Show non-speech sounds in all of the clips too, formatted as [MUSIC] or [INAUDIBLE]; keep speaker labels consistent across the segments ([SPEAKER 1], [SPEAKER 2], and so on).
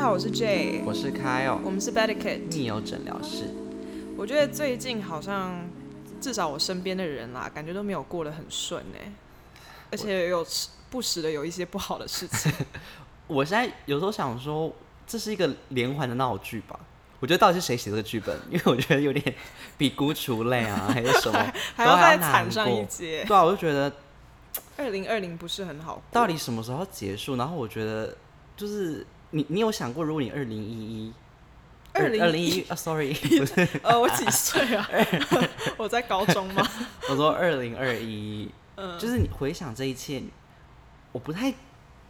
[SPEAKER 1] 好，我是 J，
[SPEAKER 2] 我是 Kyle，
[SPEAKER 1] 我们是 Better Kid。
[SPEAKER 2] 密友诊疗室。
[SPEAKER 1] 我觉得最近好像，至少我身边的人啦，感觉都没有过得很顺哎、而且有时不时的有一些不好的事
[SPEAKER 2] [LAUGHS]
[SPEAKER 1] 情。
[SPEAKER 2] 我现在有时候想说，这是一个连环的闹剧吧？我觉得到底是谁写这个剧本？ [LAUGHS] 因为我觉得有点比孤除类啊，还是什 [LAUGHS] 么？
[SPEAKER 1] 还要
[SPEAKER 2] 都
[SPEAKER 1] 再
[SPEAKER 2] 还要
[SPEAKER 1] 惨
[SPEAKER 2] 难
[SPEAKER 1] 上
[SPEAKER 2] 过
[SPEAKER 1] 一阶。
[SPEAKER 2] 对啊，我就觉得
[SPEAKER 1] 二零二零不是很好，
[SPEAKER 2] 到底什么时候结束？然后我觉得就是你，你有想过，如果你二零一一，
[SPEAKER 1] 2011
[SPEAKER 2] 二零一啊，sorry， [LAUGHS]
[SPEAKER 1] 呃，我几岁啊？我在高中
[SPEAKER 2] [LAUGHS]
[SPEAKER 1] 吗？
[SPEAKER 2] 我说二零二一，
[SPEAKER 1] 嗯
[SPEAKER 2] 就是你回想这一切，我不太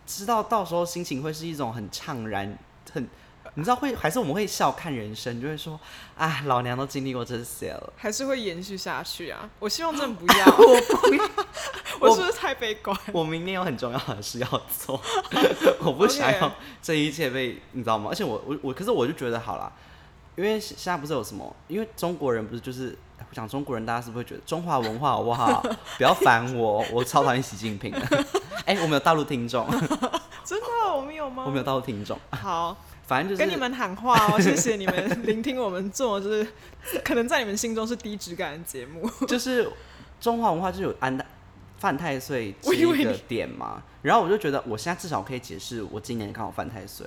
[SPEAKER 2] 知道到时候心情会是一种很怅然，很你知道会还是我们会笑看人生，就会说啊，老娘都经历过这些了。
[SPEAKER 1] 还是会延续下去啊？我希望真的不
[SPEAKER 2] [LAUGHS]
[SPEAKER 1] 要。我不， [LAUGHS] 我是不是太悲观？ [LAUGHS]
[SPEAKER 2] 我明天有很重要的事要做，我不想
[SPEAKER 1] OK
[SPEAKER 2] 要这一切被你知道吗？而且我我我，可是我就觉得好啦，因为现在不是有什么，因为中国人不是就是哎我讲中国人，大家是不是会觉得中华文化好不
[SPEAKER 1] [LAUGHS]
[SPEAKER 2] 好？不要烦我，我超讨厌习近平的。 [LAUGHS] 哎、我们有大陆
[SPEAKER 1] [LAUGHS]
[SPEAKER 2] 听众，
[SPEAKER 1] 真的，哦我们有吗？
[SPEAKER 2] 我们有大陆听众，
[SPEAKER 1] 好，
[SPEAKER 2] 反正就是
[SPEAKER 1] 跟你们喊话哦， [LAUGHS] 谢谢你们聆听我们这种就是可能在你们心中是低质感的节目。
[SPEAKER 2] [LAUGHS]
[SPEAKER 1] [LAUGHS]
[SPEAKER 2] 就是中华文化就是有安犯太岁
[SPEAKER 1] 我
[SPEAKER 2] 这
[SPEAKER 1] 以为
[SPEAKER 2] 一个
[SPEAKER 1] 你
[SPEAKER 2] 点嘛，然后我就觉得我现在至少可以解释我今年刚好犯太岁，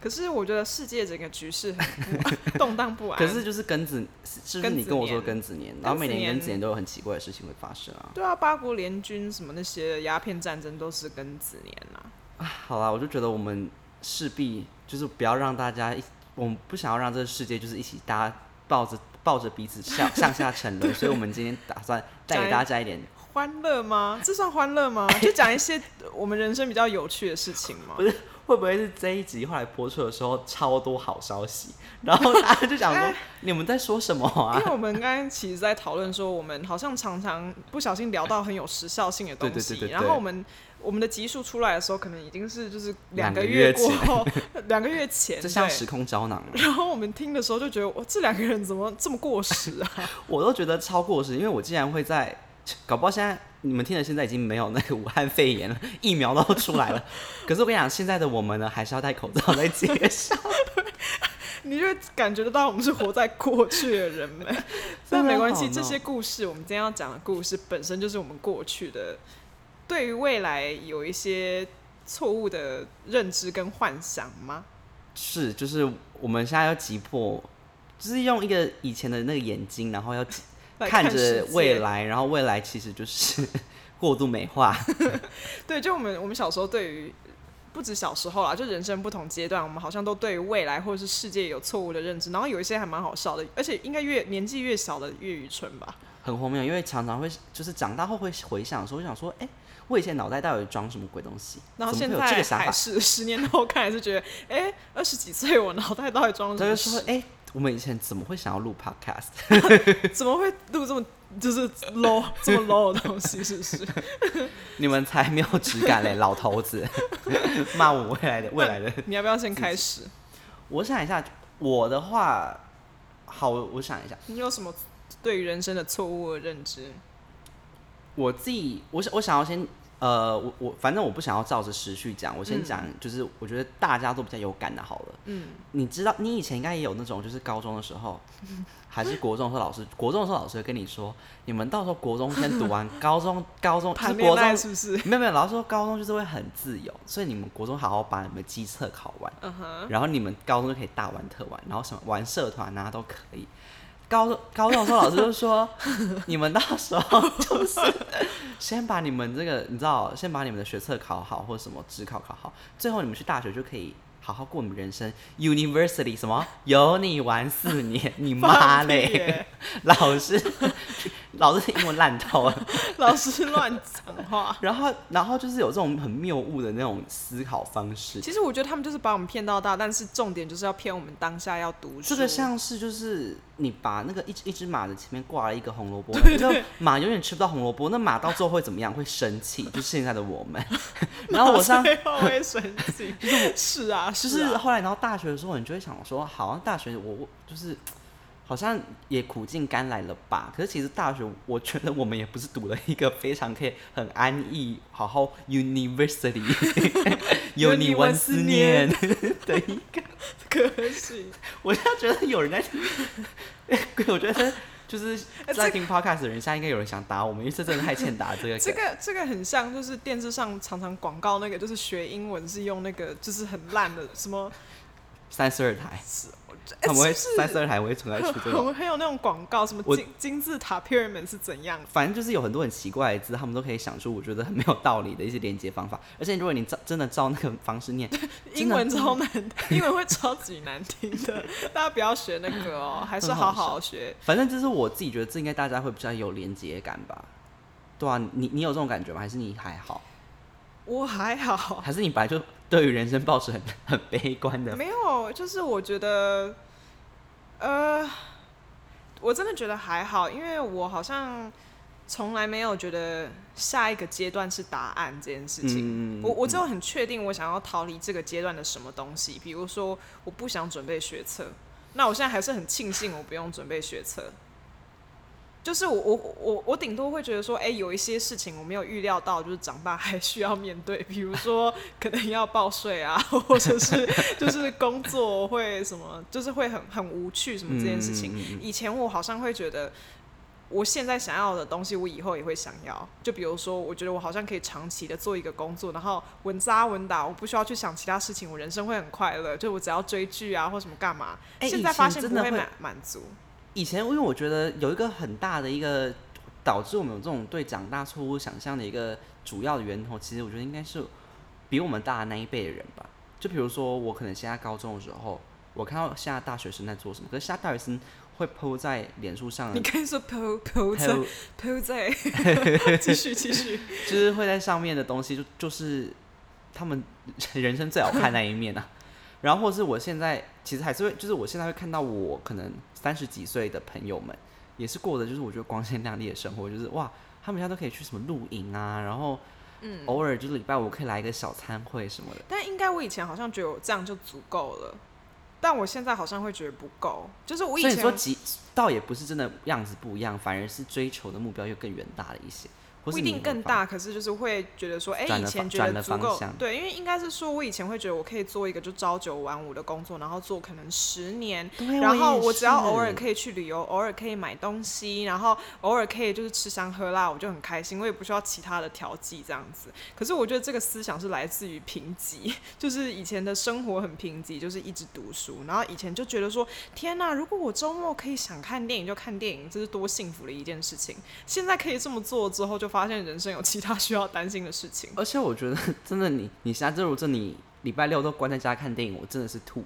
[SPEAKER 1] 可是我觉得世界整个局势很不动荡不安。
[SPEAKER 2] [LAUGHS] 可是就是庚子，是是不是
[SPEAKER 1] 庚
[SPEAKER 2] 你
[SPEAKER 1] 子
[SPEAKER 2] 跟我说
[SPEAKER 1] 年
[SPEAKER 2] 庚子年，然后
[SPEAKER 1] 庚
[SPEAKER 2] 每
[SPEAKER 1] 子
[SPEAKER 2] 年
[SPEAKER 1] 年
[SPEAKER 2] 庚子年都有很奇怪的事情会发生啊。
[SPEAKER 1] 对啊，八国联军什么那些鸦片战争都是庚子年啊。
[SPEAKER 2] 好啦，我就觉得我们势必就是不要让大家一，我们不想要让这个世界就是一起大家抱着抱着彼此向 [LAUGHS] 向下沉沦，所以我们今天打算带给大家一
[SPEAKER 1] [LAUGHS]
[SPEAKER 2] 点，
[SPEAKER 1] 欢乐吗？这算欢乐吗？就讲一些我们人生比较有趣的事情吗？
[SPEAKER 2] 不是会不会是这一集后来播出的时候超多好消息，然后大家就
[SPEAKER 1] [LAUGHS]
[SPEAKER 2] 想说你们在说什么啊
[SPEAKER 1] 因？为我们刚刚其实在讨论说，我们好像常常不小心聊到很有时效性的东西，
[SPEAKER 2] 对对对对对
[SPEAKER 1] 然后我们我们的集数出来的时候，可能已经是就是两
[SPEAKER 2] 两
[SPEAKER 1] 个
[SPEAKER 2] 个
[SPEAKER 1] 月
[SPEAKER 2] 月
[SPEAKER 1] 过后， [LAUGHS] 两个月前，
[SPEAKER 2] 这像
[SPEAKER 1] 对
[SPEAKER 2] 时空胶囊啊。
[SPEAKER 1] 然后我们听的时候就觉得，哇，这两个人怎么这么过时啊？ [LAUGHS]
[SPEAKER 2] 我都觉得超过时，因为我竟然会在， [LAUGHS] 搞不好现在你们听的现在已经没有那个武汉肺炎了，疫苗都出来
[SPEAKER 1] [LAUGHS]
[SPEAKER 2] 了。可是我跟你讲，现在的我们呢，还是要戴口罩在街上。 [LAUGHS]
[SPEAKER 1] 你就会感觉得到我们是活在过去的人
[SPEAKER 2] [LAUGHS]
[SPEAKER 1] 们。但没关系，
[SPEAKER 2] 真
[SPEAKER 1] 这
[SPEAKER 2] 的好闹
[SPEAKER 1] 些故事，我们今天要讲的故事本身就是我们过去的，对于未来有一些错误的认知跟幻想吗？
[SPEAKER 2] 是，就是我们现在要急迫，就是用一个以前的那个眼睛，然
[SPEAKER 1] [LAUGHS]
[SPEAKER 2] 后要
[SPEAKER 1] 来
[SPEAKER 2] 看
[SPEAKER 1] 世
[SPEAKER 2] 着
[SPEAKER 1] 界
[SPEAKER 2] 未来，然后未来其实就是 [LAUGHS] 过度美化。
[SPEAKER 1] 对，就我们我们小时候对于不止小时候啦，就人生不同阶段，我们好像都对于未来或者是世界有错误的认知，然后有一些还蛮好笑的，而且应该越年纪越小的越愚蠢吧。
[SPEAKER 2] 很荒谬，因为常常会就是长大后会回想说，我想说，哎、我以前脑袋到底装什么鬼东西？
[SPEAKER 1] 然后现
[SPEAKER 2] 怎么会有这
[SPEAKER 1] 在
[SPEAKER 2] 个想
[SPEAKER 1] 还
[SPEAKER 2] 法？
[SPEAKER 1] 是十年后看，还是觉得，哎、二十几岁我脑袋到底装了
[SPEAKER 2] 他
[SPEAKER 1] 什
[SPEAKER 2] 就
[SPEAKER 1] 么
[SPEAKER 2] 说
[SPEAKER 1] 屎？，
[SPEAKER 2] 哎、我们以前怎么会想要录 podcast？
[SPEAKER 1] 怎么会录这么就是 low 这
[SPEAKER 2] [LAUGHS]
[SPEAKER 1] 么 low 的东西？是不是？
[SPEAKER 2] 你们才没有质 [LAUGHS] 感嘞，老头子，骂我未来的未来的。
[SPEAKER 1] 你要不要先开始？
[SPEAKER 2] 我想一下，我的话，好，我想一下，
[SPEAKER 1] 你有什么对于人生的错误的认知？
[SPEAKER 2] 我自己，我想我想要先，呃，我我反正我不想要照着时序讲，我先讲，就是我觉得大家都比较有感的，好了。
[SPEAKER 1] 嗯，
[SPEAKER 2] 你知道，你以前应该也有那种，就是高中的时候，还是国中的时候，老师国中的时候老师会跟你说，你们到时候国中先读完，高中高中就是 [LAUGHS]
[SPEAKER 1] 谈
[SPEAKER 2] 国
[SPEAKER 1] 恋爱
[SPEAKER 2] 中
[SPEAKER 1] 是不是？
[SPEAKER 2] 没有没有，老师说高中就是会很自由，所以你们国中好好把你们基测考完，
[SPEAKER 1] 嗯哼，
[SPEAKER 2] 然后你们高中就可以大玩特玩，然后什么玩社团啊都可以。高中高中的时候，老师
[SPEAKER 1] [LAUGHS]
[SPEAKER 2] 就说你们到时候就是先把你们这个你知道，先把你们的学测考好或者什么职考考好，最后你们去大学就可以好好过你们人生。University 什么有你玩四年，你妈
[SPEAKER 1] [LAUGHS] 放屁
[SPEAKER 2] 嘞！
[SPEAKER 1] 耶！
[SPEAKER 2] 老师 [LAUGHS] 老师英文烂透了。
[SPEAKER 1] 老师乱讲话。
[SPEAKER 2] 然后，然后就是有这种很谬误的那种思考方式。
[SPEAKER 1] 其实我觉得他们就是把我们骗到大，但是重点就是要骗我们当下要读书。
[SPEAKER 2] 这
[SPEAKER 1] [LAUGHS]
[SPEAKER 2] 个像是就是你把那个一只一只马的前面挂了一个红萝卜，
[SPEAKER 1] 对
[SPEAKER 2] 那个马永远吃不到红萝卜，那马到最后会怎么样？会
[SPEAKER 1] [LAUGHS]
[SPEAKER 2] 生气，就是现在的我们。 [LAUGHS] 然后我上
[SPEAKER 1] 最后 [LAUGHS] 会生气，是啊，
[SPEAKER 2] 就是是
[SPEAKER 1] 啊 [LAUGHS]
[SPEAKER 2] 后来，然后大学的时候，你就会想说，好像大学我我就是好像也苦尽甘来了吧。可是其实大学，我觉得我们也不是读了一个非常可以很安逸、好好 [LAUGHS]
[SPEAKER 1] [LAUGHS]
[SPEAKER 2] university 有你文思念的一个。
[SPEAKER 1] 可惜，
[SPEAKER 2] 我现在觉得有人在听，我觉得就是
[SPEAKER 1] 哎
[SPEAKER 2] 在听 podcast 的人，现在应该有人想打我们，因为这真的太欠打这个梗。
[SPEAKER 1] 这个这个很像，就是电视上常常广告那个，就是学英文是用那个就是很烂的什么，
[SPEAKER 2] 三十二台，
[SPEAKER 1] 哎
[SPEAKER 2] 他们会
[SPEAKER 1] 是
[SPEAKER 2] 三十二台，我会存在出这
[SPEAKER 1] [LAUGHS] 我
[SPEAKER 2] 种。
[SPEAKER 1] 们很有那种广告，什么
[SPEAKER 2] 我
[SPEAKER 1] 金金字塔 pyramid 是怎样
[SPEAKER 2] 反正就是有很多很奇怪的字，他们都可以想出我觉得很没有道理的一些连接方法。而且如果你照真的照那个方式念，
[SPEAKER 1] 英文超 [LAUGHS] 难，英文会超级难听的，大家不要学那个哦，还是好好学。
[SPEAKER 2] 反正就是我自己觉得这应该大家会比较有连接感吧。对啊，你你有这种感觉吗？还是你还好？
[SPEAKER 1] 我还好，
[SPEAKER 2] 还是你本来就对于人生抱持很很悲观的？
[SPEAKER 1] 没有，就是我觉得，呃，我真的觉得还好，因为我好像从来没有觉得下一个阶段是答案这件事情。
[SPEAKER 2] 嗯
[SPEAKER 1] 我我只有很确定我想要逃离这个阶段的什么东西，比如说我不想准备学测，那我现在还是很庆幸我不用准备学测。就是我我我我顶多会觉得说，哎、有一些事情我没有预料到，就是长大还需要面对，比如说可能要报税啊，或者是就是工作会什么，就是会很很无趣什么这件事情。
[SPEAKER 2] 嗯嗯嗯嗯
[SPEAKER 1] 以前我好像会觉得，我现在想要的东西，我以后也会想要。就比如说，我觉得我好像可以长期的做一个工作，然后稳扎稳打，我不需要去想其他事情，我人生会很快乐。就我只要追剧啊或什么干嘛。
[SPEAKER 2] 哎
[SPEAKER 1] 现
[SPEAKER 2] 以
[SPEAKER 1] 在发现
[SPEAKER 2] 前真
[SPEAKER 1] 不
[SPEAKER 2] 的
[SPEAKER 1] 会
[SPEAKER 2] 会
[SPEAKER 1] 满满足。
[SPEAKER 2] 以前因为我觉得有一个很大的一个导致我们有这种对长大错误想象的一个主要的源头，其实我觉得应该是比我们大的那一辈的人吧。就比如说我可能现在高中的时候，我看到现在大学生在做什么，可是现在大学生会 PO 在脸书上
[SPEAKER 1] 你，可以说抛抛
[SPEAKER 2] 还
[SPEAKER 1] 在
[SPEAKER 2] 有
[SPEAKER 1] 抛在，继续继续。
[SPEAKER 2] 就是会在上面的东西就就是他们人生最好看那一面啊。 [LAUGHS] 然后或是我现在其实还是会，就是我现在会看到我可能三十几岁的朋友们，也是过的就是我觉得光鲜亮丽的生活，就是哇，他们现在都可以去什么露营啊，然后嗯，偶尔就是礼拜五可以来一个小餐会什么的。
[SPEAKER 1] 但应该我以前好像觉得我这样就足够了，但我现在好像会觉得不够。就是我以
[SPEAKER 2] 所以
[SPEAKER 1] 前
[SPEAKER 2] 你说几倒也不是真的样子不一样，反而是追求的目标又更远大了一些，
[SPEAKER 1] 不
[SPEAKER 2] 或是
[SPEAKER 1] 一
[SPEAKER 2] 你
[SPEAKER 1] 定
[SPEAKER 2] 有
[SPEAKER 1] 更
[SPEAKER 2] 发
[SPEAKER 1] 大，可是就是会觉得说，哎、
[SPEAKER 2] 转
[SPEAKER 1] 以
[SPEAKER 2] 了
[SPEAKER 1] 前
[SPEAKER 2] 方
[SPEAKER 1] 觉
[SPEAKER 2] 转
[SPEAKER 1] 得
[SPEAKER 2] 了
[SPEAKER 1] 足
[SPEAKER 2] 方
[SPEAKER 1] 够
[SPEAKER 2] 向，
[SPEAKER 1] 对，因为应该是说，我以前会觉得我可以做一个就朝九晚五的工作，然后做可能十年，
[SPEAKER 2] 对
[SPEAKER 1] 然后哎我只要偶尔
[SPEAKER 2] 以。
[SPEAKER 1] 可以去旅游，偶尔可以买东西，然后偶尔可以就是吃香喝辣，我就很开心，我也不需要其他的调剂这样子。可是我觉得这个思想是来自于贫瘠， [LAUGHS] 就是以前的生活很贫瘠，就是一直读书，然后以前就觉得说，天呐，如果我周末可以想看电影就看电影，这是多幸福的一件事情。现在可以这么做之后，就发现人生有其他需要担心的事情。
[SPEAKER 2] 而且我觉得真的你，你现在这如果你礼拜六都关在家看电影，我真的是吐，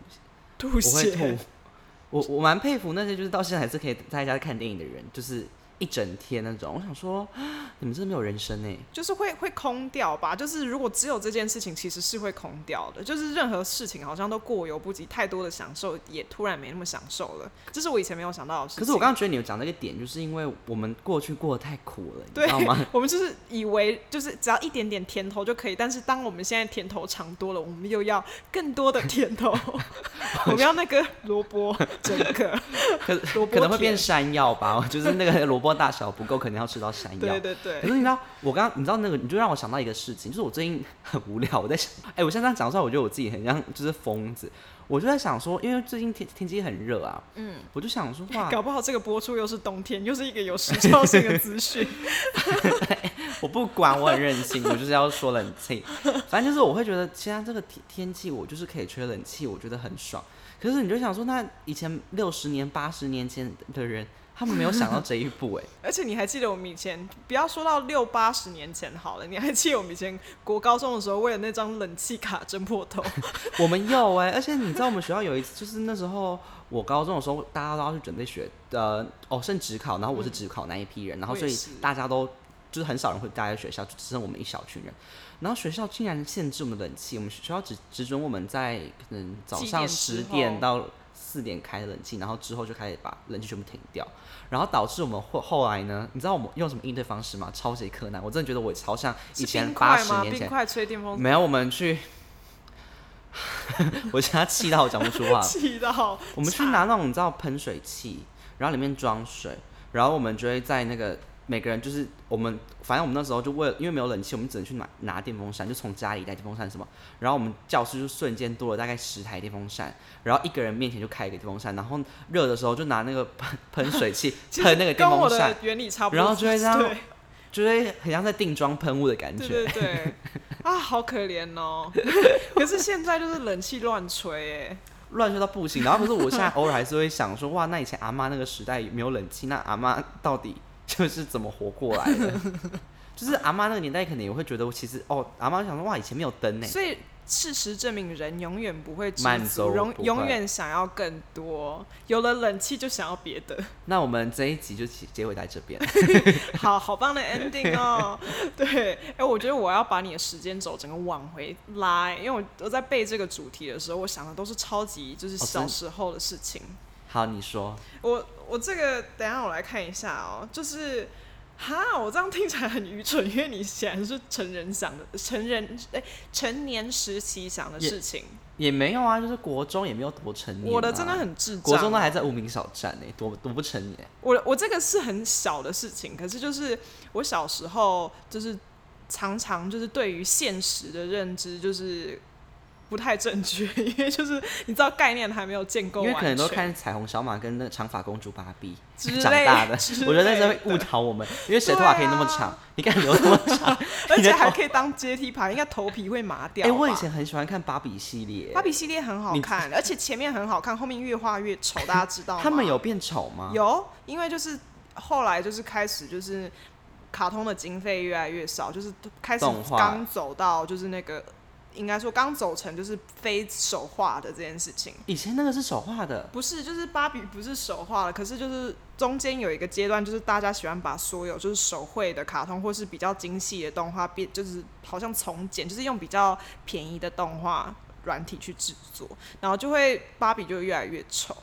[SPEAKER 1] 吐
[SPEAKER 2] 我会
[SPEAKER 1] 血，
[SPEAKER 2] 吐。我我蛮佩服那些就是到现在还是可以在家看电影的人，就是一整天那种。我想说，你们真的没有人生哎。
[SPEAKER 1] 就是会会空掉吧。就是如果只有这件事情，其实是会空掉的。就是任何事情好像都过犹不及，太多的享受也突然没那么享受了。这是我以前没有想到的事情。
[SPEAKER 2] 可是我刚刚觉得你有讲那个点，就是因为我们过去过得太苦了，你
[SPEAKER 1] 对
[SPEAKER 2] 知道吗？，
[SPEAKER 1] 我们就是以为就是只要一点点甜头就可以，但是当我们现在甜头尝多了，我们又要更多的甜
[SPEAKER 2] [LAUGHS]
[SPEAKER 1] 头，我们要那个萝卜整个，
[SPEAKER 2] 可
[SPEAKER 1] 萝卜
[SPEAKER 2] 可能会变
[SPEAKER 1] 甜
[SPEAKER 2] 山药吧，就是那个萝卜大小不够，可能 [LAUGHS] 要吃到山药
[SPEAKER 1] 对。对
[SPEAKER 2] 可
[SPEAKER 1] 对，
[SPEAKER 2] 是你知道，我刚你知道那个，你就让我想到一个事情，就是我最近很无聊，我在想，哎、我现在这样讲出来，我觉得我自己很像就是疯子。我就在想说，因为最近天天气很热啊，嗯，我就想说，哇，
[SPEAKER 1] 搞不好这个播出又是冬天，又是一个有时效性的资讯。
[SPEAKER 2] 我不管，我很任性，我就是要说冷气。反正就是我会觉得现在这个天天气，我就是可以吹冷气，我觉得很爽。可是你就想说，那以前六十年、八十年前的人，他们没有想到这一步、哎，
[SPEAKER 1] 而且你还记得我们以前，不要说到六八十年前好了，你还记得我们以前国高中的时候，为了那张冷气卡争破头，
[SPEAKER 2] 我们有哎、而且你知道我们学校有一次，就是那时候我高中的时候，大家都要去准备学呃哦升职考，然后我是职考那一批人，然后
[SPEAKER 1] 我也
[SPEAKER 2] 所以
[SPEAKER 1] 是
[SPEAKER 2] 大家都就是很少人会待在学校，就只剩我们一小群人。然后学校竟然限制我们的冷气，我们学校只只准我们在可能早
[SPEAKER 1] 几
[SPEAKER 2] 上
[SPEAKER 1] 点之
[SPEAKER 2] 十
[SPEAKER 1] 后
[SPEAKER 2] 点到四点开冷气，然后之后就开始把冷气全部停掉，然后导致我们后后来呢，你知道我们用什么应对方式吗？超级柯南，我真的觉得我超像 [LAUGHS] 以
[SPEAKER 1] 是
[SPEAKER 2] 前
[SPEAKER 1] 冰
[SPEAKER 2] 八
[SPEAKER 1] 块
[SPEAKER 2] 十
[SPEAKER 1] 吗？
[SPEAKER 2] 年前
[SPEAKER 1] 冰块吹电风，
[SPEAKER 2] 没有，我们去， [LAUGHS] 我现在气到我讲不出话了。
[SPEAKER 1] 气到
[SPEAKER 2] 我们去拿那种你知道喷水器，然后里面装水，然后我们就会在那个每个人就是我们，反正我们那时候就为了因为没有冷气，我们只能去拿拿电风扇，就从家里带电风扇什么。然后我们教室就瞬间多了大概十台电风扇，然后一个人面前就开一个电风扇，然后热的时候就拿那个喷喷水器
[SPEAKER 1] 其
[SPEAKER 2] 喷
[SPEAKER 1] 实
[SPEAKER 2] 那个电
[SPEAKER 1] 跟我
[SPEAKER 2] 风
[SPEAKER 1] 的
[SPEAKER 2] 扇，
[SPEAKER 1] 原理差不多。
[SPEAKER 2] 然后就会这样 [LAUGHS]
[SPEAKER 1] 对
[SPEAKER 2] 就会很像在定妆喷雾的感觉。
[SPEAKER 1] 对对
[SPEAKER 2] [LAUGHS]
[SPEAKER 1] 对，啊，好可怜哦。可是现在就是冷气乱吹，哎，
[SPEAKER 2] 乱说到不行。然后可是我现在偶尔还是会想说，哇，那以前阿妈那个时代没有冷气，那阿妈到底就是怎么活过来
[SPEAKER 1] [LAUGHS]
[SPEAKER 2] 的？就是阿妈那个年代，可能也会觉得，其实哦，阿妈想说，哇，以前没有灯欸呢。
[SPEAKER 1] 所 [LAUGHS] 以事实证明，人永远不会知
[SPEAKER 2] 满足
[SPEAKER 1] 足，永
[SPEAKER 2] 不会
[SPEAKER 1] 永远想要更多。有了冷气就想要别的，
[SPEAKER 2] 那我们这一集就结结尾在这边。
[SPEAKER 1] 好好棒的
[SPEAKER 2] [LAUGHS]
[SPEAKER 1] ending 哦。对，哎、我觉得我要把你的时间轴整个往回拉、因为我我在背这个主题的时候，我想的都是超级就是
[SPEAKER 2] 哦真
[SPEAKER 1] 小时候的事情。
[SPEAKER 2] 好，你说，
[SPEAKER 1] 我我这个等一下我来看一下哦，就是哈，我这样听起来很愚蠢，因为你显然是成人想的，成人哎、成年时期想的
[SPEAKER 2] 也
[SPEAKER 1] 事情，
[SPEAKER 2] 也没有啊，就是国中也没有多成年、啊。
[SPEAKER 1] 我的真的。很智障。
[SPEAKER 2] 国中都还在无名小站呢、多多不欸成年。
[SPEAKER 1] 我我这个是很小的事情，可是就是我小时候就是常常就是对于现实的认知就是不太正确， [LAUGHS] 因为就是你知道概念还没有建构
[SPEAKER 2] 因
[SPEAKER 1] 完
[SPEAKER 2] 为
[SPEAKER 1] 全，
[SPEAKER 2] 可能都看彩虹小马跟那个长发公主芭比
[SPEAKER 1] 之类
[SPEAKER 2] 长大的
[SPEAKER 1] 之，
[SPEAKER 2] 我觉得那
[SPEAKER 1] 类
[SPEAKER 2] 时候会误导我们，因为谁头
[SPEAKER 1] 对
[SPEAKER 2] 发可以那么
[SPEAKER 1] 啊，
[SPEAKER 2] 长，你看留那么长
[SPEAKER 1] 而
[SPEAKER 2] 你的
[SPEAKER 1] 且还
[SPEAKER 2] 头
[SPEAKER 1] 可以当阶梯爬，应该头皮会麻掉
[SPEAKER 2] 哎、
[SPEAKER 1] 吧。
[SPEAKER 2] 我以前很喜欢看芭比系列，
[SPEAKER 1] 芭比系列很好
[SPEAKER 2] 你
[SPEAKER 1] 看，而且前面很好看，后面越画越丑，大家知道吗？
[SPEAKER 2] 他们有变丑吗？，
[SPEAKER 1] 有，因为就是后来就是开始就是卡通的经费越来越少，就是开始
[SPEAKER 2] 动画
[SPEAKER 1] 刚走到就是那个应该说刚走成就是非手画的这件事情。
[SPEAKER 2] 以前那个是手画的，
[SPEAKER 1] 不是，就是芭比不是手画了，可是就是中间有一个阶段，就是大家喜欢把所有就是手绘的卡通或是比较精细的动画变，就是好像从简，就是用比较便宜的动画软体去制作，然后就会芭比就越来越丑，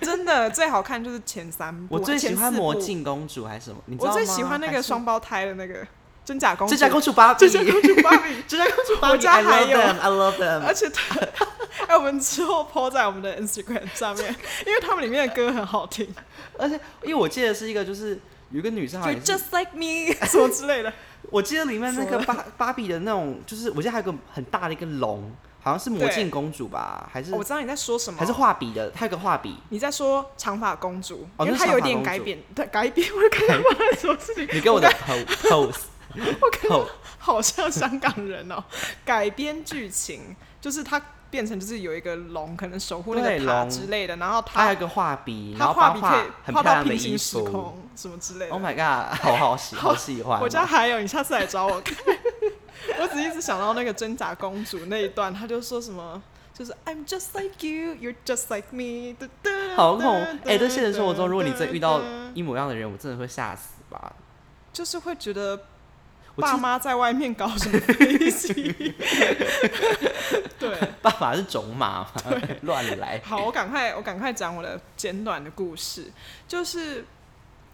[SPEAKER 1] 真的最好看就是前三部，
[SPEAKER 2] 我最喜
[SPEAKER 1] 前
[SPEAKER 2] 欢
[SPEAKER 1] 四部
[SPEAKER 2] 魔，镜公主还是什么？你知道
[SPEAKER 1] 我
[SPEAKER 2] 吗？
[SPEAKER 1] 最喜欢那
[SPEAKER 2] 还
[SPEAKER 1] 个
[SPEAKER 2] 是
[SPEAKER 1] 双胞胎的那个真假公主，
[SPEAKER 2] 指甲公主
[SPEAKER 1] [LAUGHS]
[SPEAKER 2] 芭比，
[SPEAKER 1] 真假公主芭比，
[SPEAKER 2] 指甲公主芭
[SPEAKER 1] 我
[SPEAKER 2] 比
[SPEAKER 1] 家
[SPEAKER 2] ，I
[SPEAKER 1] 还
[SPEAKER 2] love
[SPEAKER 1] 有
[SPEAKER 2] them，I love
[SPEAKER 1] 而
[SPEAKER 2] them。
[SPEAKER 1] 且他，哎、我们之后 PO 在我们的 Instagram 上面，因为他们里面的歌很好听，
[SPEAKER 2] 而且因为我记得是一个就是。有一个女生好像
[SPEAKER 1] You're
[SPEAKER 2] 啊也是，
[SPEAKER 1] just like me 什么之类的。
[SPEAKER 2] 我记得里面那
[SPEAKER 1] 什
[SPEAKER 2] 个
[SPEAKER 1] 么
[SPEAKER 2] 芭芭比的那种，就是我记得还有个很大的一个龙，好像是魔
[SPEAKER 1] 对
[SPEAKER 2] 镜公主吧，还 [LAUGHS] 是
[SPEAKER 1] 哦我知道你在说什么，
[SPEAKER 2] 还是画笔的，她有个画笔，
[SPEAKER 1] 你在说长发公主，
[SPEAKER 2] 哦
[SPEAKER 1] 因为
[SPEAKER 2] 那是
[SPEAKER 1] 它有一
[SPEAKER 2] 长发
[SPEAKER 1] 点
[SPEAKER 2] 公
[SPEAKER 1] 改
[SPEAKER 2] 主
[SPEAKER 1] 变，对，改变。 [LAUGHS] 我刚刚忘了什么事情，
[SPEAKER 2] [LAUGHS] 你给我的 pose pose
[SPEAKER 1] [LAUGHS] 我刚
[SPEAKER 2] pose，
[SPEAKER 1] 好像香港人哦。改编剧情就是它变成就是有一个龙，可能守护那
[SPEAKER 2] 对
[SPEAKER 1] 个塔
[SPEAKER 2] 龙
[SPEAKER 1] 之类的，然后
[SPEAKER 2] 她有
[SPEAKER 1] 它
[SPEAKER 2] 一个画笔，然
[SPEAKER 1] 它
[SPEAKER 2] 后帮
[SPEAKER 1] 画笔可以
[SPEAKER 2] 很
[SPEAKER 1] 画
[SPEAKER 2] 漂
[SPEAKER 1] 到
[SPEAKER 2] 亮的
[SPEAKER 1] 平
[SPEAKER 2] 衣
[SPEAKER 1] 行时
[SPEAKER 2] 服。Oh
[SPEAKER 1] 空什么之类的
[SPEAKER 2] Oh。my god，好好喜，好喜欢哦。
[SPEAKER 1] 我家还有，你下次来找我看。 [LAUGHS] 我只一直想到那个真假公主那一段，她就说什么，就是 I'm just like you, you're just like me，哒哒
[SPEAKER 2] 好恐
[SPEAKER 1] 哒
[SPEAKER 2] 哎、在现实生活中，如果你真遇到
[SPEAKER 1] 哒哒
[SPEAKER 2] 一模一样的人，我真的会吓死吧。
[SPEAKER 1] 就是会觉得
[SPEAKER 2] 我
[SPEAKER 1] 爸
[SPEAKER 2] 记
[SPEAKER 1] 妈在外面搞什么东西。 [LAUGHS] 对，
[SPEAKER 2] 爸爸是种马嘛， [LAUGHS] 乱来。
[SPEAKER 1] 好，我赶快，我赶快讲我的简短的故事，就是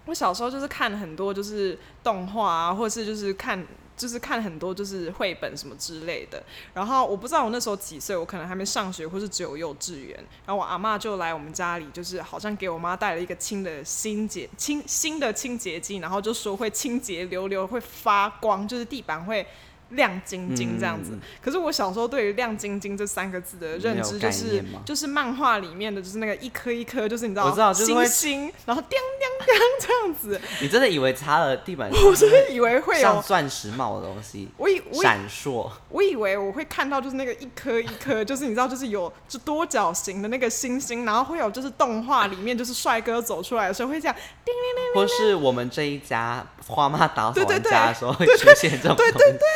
[SPEAKER 1] 我小时候就是看很多就是动画啊，或是就是看。就是看很多就是绘本什么之类的，然后我不知道我那时候几岁，我可能还没上学，或是只有幼稚园。然后我阿嬷就来我们家里，就是好像给我妈带了一个清的清洁清新的清洁剂，然后就说会清洁溜溜，会发光，就是地板会亮晶晶这样子。
[SPEAKER 2] 嗯
[SPEAKER 1] 可是我小时候对于亮晶晶这三个字的认知，
[SPEAKER 2] 没有
[SPEAKER 1] 就
[SPEAKER 2] 概
[SPEAKER 1] 是
[SPEAKER 2] 念吗
[SPEAKER 1] 就是漫画里面的，就是那个一颗一颗，就是你知道，
[SPEAKER 2] 我知道就是
[SPEAKER 1] 星
[SPEAKER 2] 会
[SPEAKER 1] 星，然后叮叮叮这样子，
[SPEAKER 2] 你真的以为擦了地板
[SPEAKER 1] 我真的以为会
[SPEAKER 2] 像
[SPEAKER 1] 有，
[SPEAKER 2] 钻石帽的东西
[SPEAKER 1] 我以我以
[SPEAKER 2] 闪烁？
[SPEAKER 1] 我以为我会看到就是那个一颗一颗，就是你知道，就是有就多角形的那个星星，然后会有就是动画里面就是帅哥走出来的时候会这样，
[SPEAKER 2] 或是我们这一家花妈打扫
[SPEAKER 1] 对对
[SPEAKER 2] 完
[SPEAKER 1] 对
[SPEAKER 2] 家的时候会出现这种东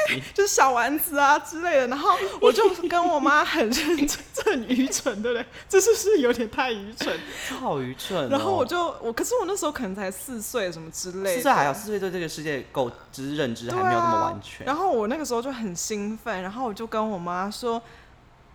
[SPEAKER 2] 西。
[SPEAKER 1] 就是小丸子啊之类的。然后我就跟我妈很认真，这很愚蠢，对不对？这是不是有点太愚蠢？
[SPEAKER 2] 这好愚蠢、哦。
[SPEAKER 1] 然后我就我，可是我那时候可能才四岁什么之类的，
[SPEAKER 2] 四岁还好，四岁对这个世界够就是
[SPEAKER 1] 啊
[SPEAKER 2] 认知还没有那么完全。
[SPEAKER 1] 然后我那个时候就很兴奋，然后我就跟我妈说：“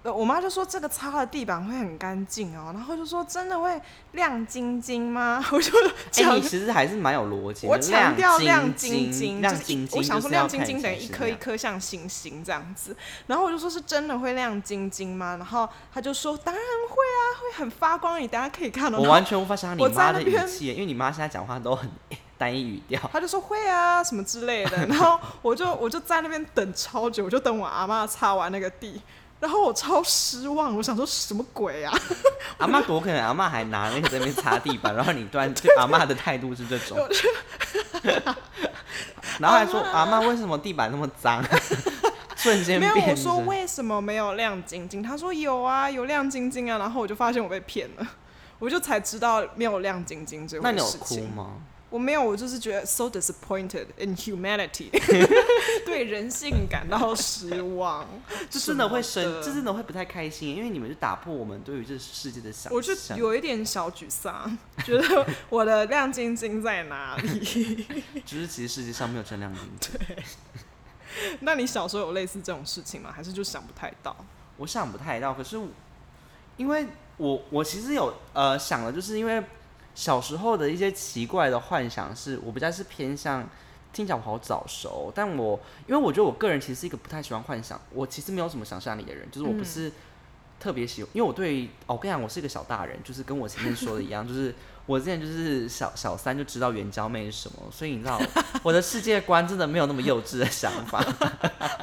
[SPEAKER 1] 呃我妈就说这个擦了地板会很干净哦，然后就说真的会亮晶晶吗？ [LAUGHS] 我就
[SPEAKER 2] 哎、
[SPEAKER 1] 讲
[SPEAKER 2] 你其实还是蛮有逻辑的。
[SPEAKER 1] 我强调
[SPEAKER 2] 亮
[SPEAKER 1] 晶
[SPEAKER 2] 晶，
[SPEAKER 1] 就
[SPEAKER 2] 亮
[SPEAKER 1] 是一
[SPEAKER 2] 晶，晶
[SPEAKER 1] 我想说
[SPEAKER 2] 就是要
[SPEAKER 1] 亮晶
[SPEAKER 2] 看
[SPEAKER 1] 晶
[SPEAKER 2] 起
[SPEAKER 1] 等
[SPEAKER 2] 来
[SPEAKER 1] 于一
[SPEAKER 2] 是
[SPEAKER 1] 颗
[SPEAKER 2] 那
[SPEAKER 1] 一
[SPEAKER 2] 样
[SPEAKER 1] 颗像星星这样子，然后我就说是真的会亮晶晶吗？然后他就说当然会啊，会很发光，你等下可以看到。哦
[SPEAKER 2] 我完全无法想
[SPEAKER 1] 我
[SPEAKER 2] 象你
[SPEAKER 1] 在
[SPEAKER 2] 妈
[SPEAKER 1] 那
[SPEAKER 2] 的语
[SPEAKER 1] 边
[SPEAKER 2] 气耶，因为你妈现在讲话都很单一语调。
[SPEAKER 1] 他就说会啊什么之类的，然后我就我就在那边等超久，我就等我阿妈擦完那个地，然后我超失望，我想说什么鬼啊？
[SPEAKER 2] 阿妈多可能，阿妈还拿那个在那边擦地板，然后你突然对阿妈的态度是这种，然后还说阿妈为什么地板那么脏， [LAUGHS] 瞬间
[SPEAKER 1] 没有，
[SPEAKER 2] 变
[SPEAKER 1] 我说
[SPEAKER 2] 成
[SPEAKER 1] 为什么没有亮晶晶？他说有啊，有亮晶晶啊，然后我就发现我被骗了。我就才知道没有亮晶晶这
[SPEAKER 2] 那
[SPEAKER 1] 回
[SPEAKER 2] 你有
[SPEAKER 1] 事
[SPEAKER 2] 哭
[SPEAKER 1] 情。
[SPEAKER 2] 吗？
[SPEAKER 1] 我没有，我就是觉得 so disappointed in humanity，对人性感到失望。
[SPEAKER 2] 这真的会
[SPEAKER 1] 什么
[SPEAKER 2] 生，
[SPEAKER 1] 的
[SPEAKER 2] 这真的会不太开心，因为你们就打破我们对于这世界的想象。
[SPEAKER 1] 我就有一点小沮丧，觉得我的亮晶晶在哪里？
[SPEAKER 2] 就是其实世界上没有真亮晶晶。
[SPEAKER 1] 那你小时候有类似这种事情吗？还是就想不太到？
[SPEAKER 2] 我想不太到，可是我因为我我其实有呃想了，就是因为小时候的一些奇怪的幻想是，我比较是偏向听起来我好早熟，但我因为我觉得我个人其实是一个不太喜欢幻想，我其实没有什么想象力的人，就是我不是特别喜欢，因为我对哦，我跟你讲，我是一个小大人，就是跟我前面说的一样， [LAUGHS] 就是我之前就是小小三就知道援交妹是什么，所以你知道我的世界观真的没有那么幼稚的想法， [LAUGHS]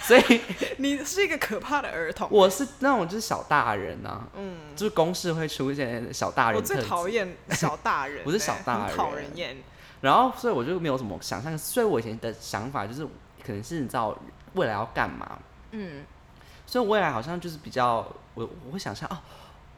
[SPEAKER 2] 所以。
[SPEAKER 1] 你是一个可怕的儿童。
[SPEAKER 2] 我是那种就是小大人呐、嗯，就是公式会出现小大
[SPEAKER 1] 我
[SPEAKER 2] 人特
[SPEAKER 1] 最
[SPEAKER 2] 质，
[SPEAKER 1] 讨厌小大
[SPEAKER 2] [LAUGHS]
[SPEAKER 1] 人欸、
[SPEAKER 2] 我是小大
[SPEAKER 1] 很讨
[SPEAKER 2] 人
[SPEAKER 1] 人厌。
[SPEAKER 2] 然后所以我就没有什么想象，所以我以前的想法就是可能是你知道未来要干嘛，
[SPEAKER 1] 嗯，
[SPEAKER 2] 所以未来好像就是比较我我会想象哦，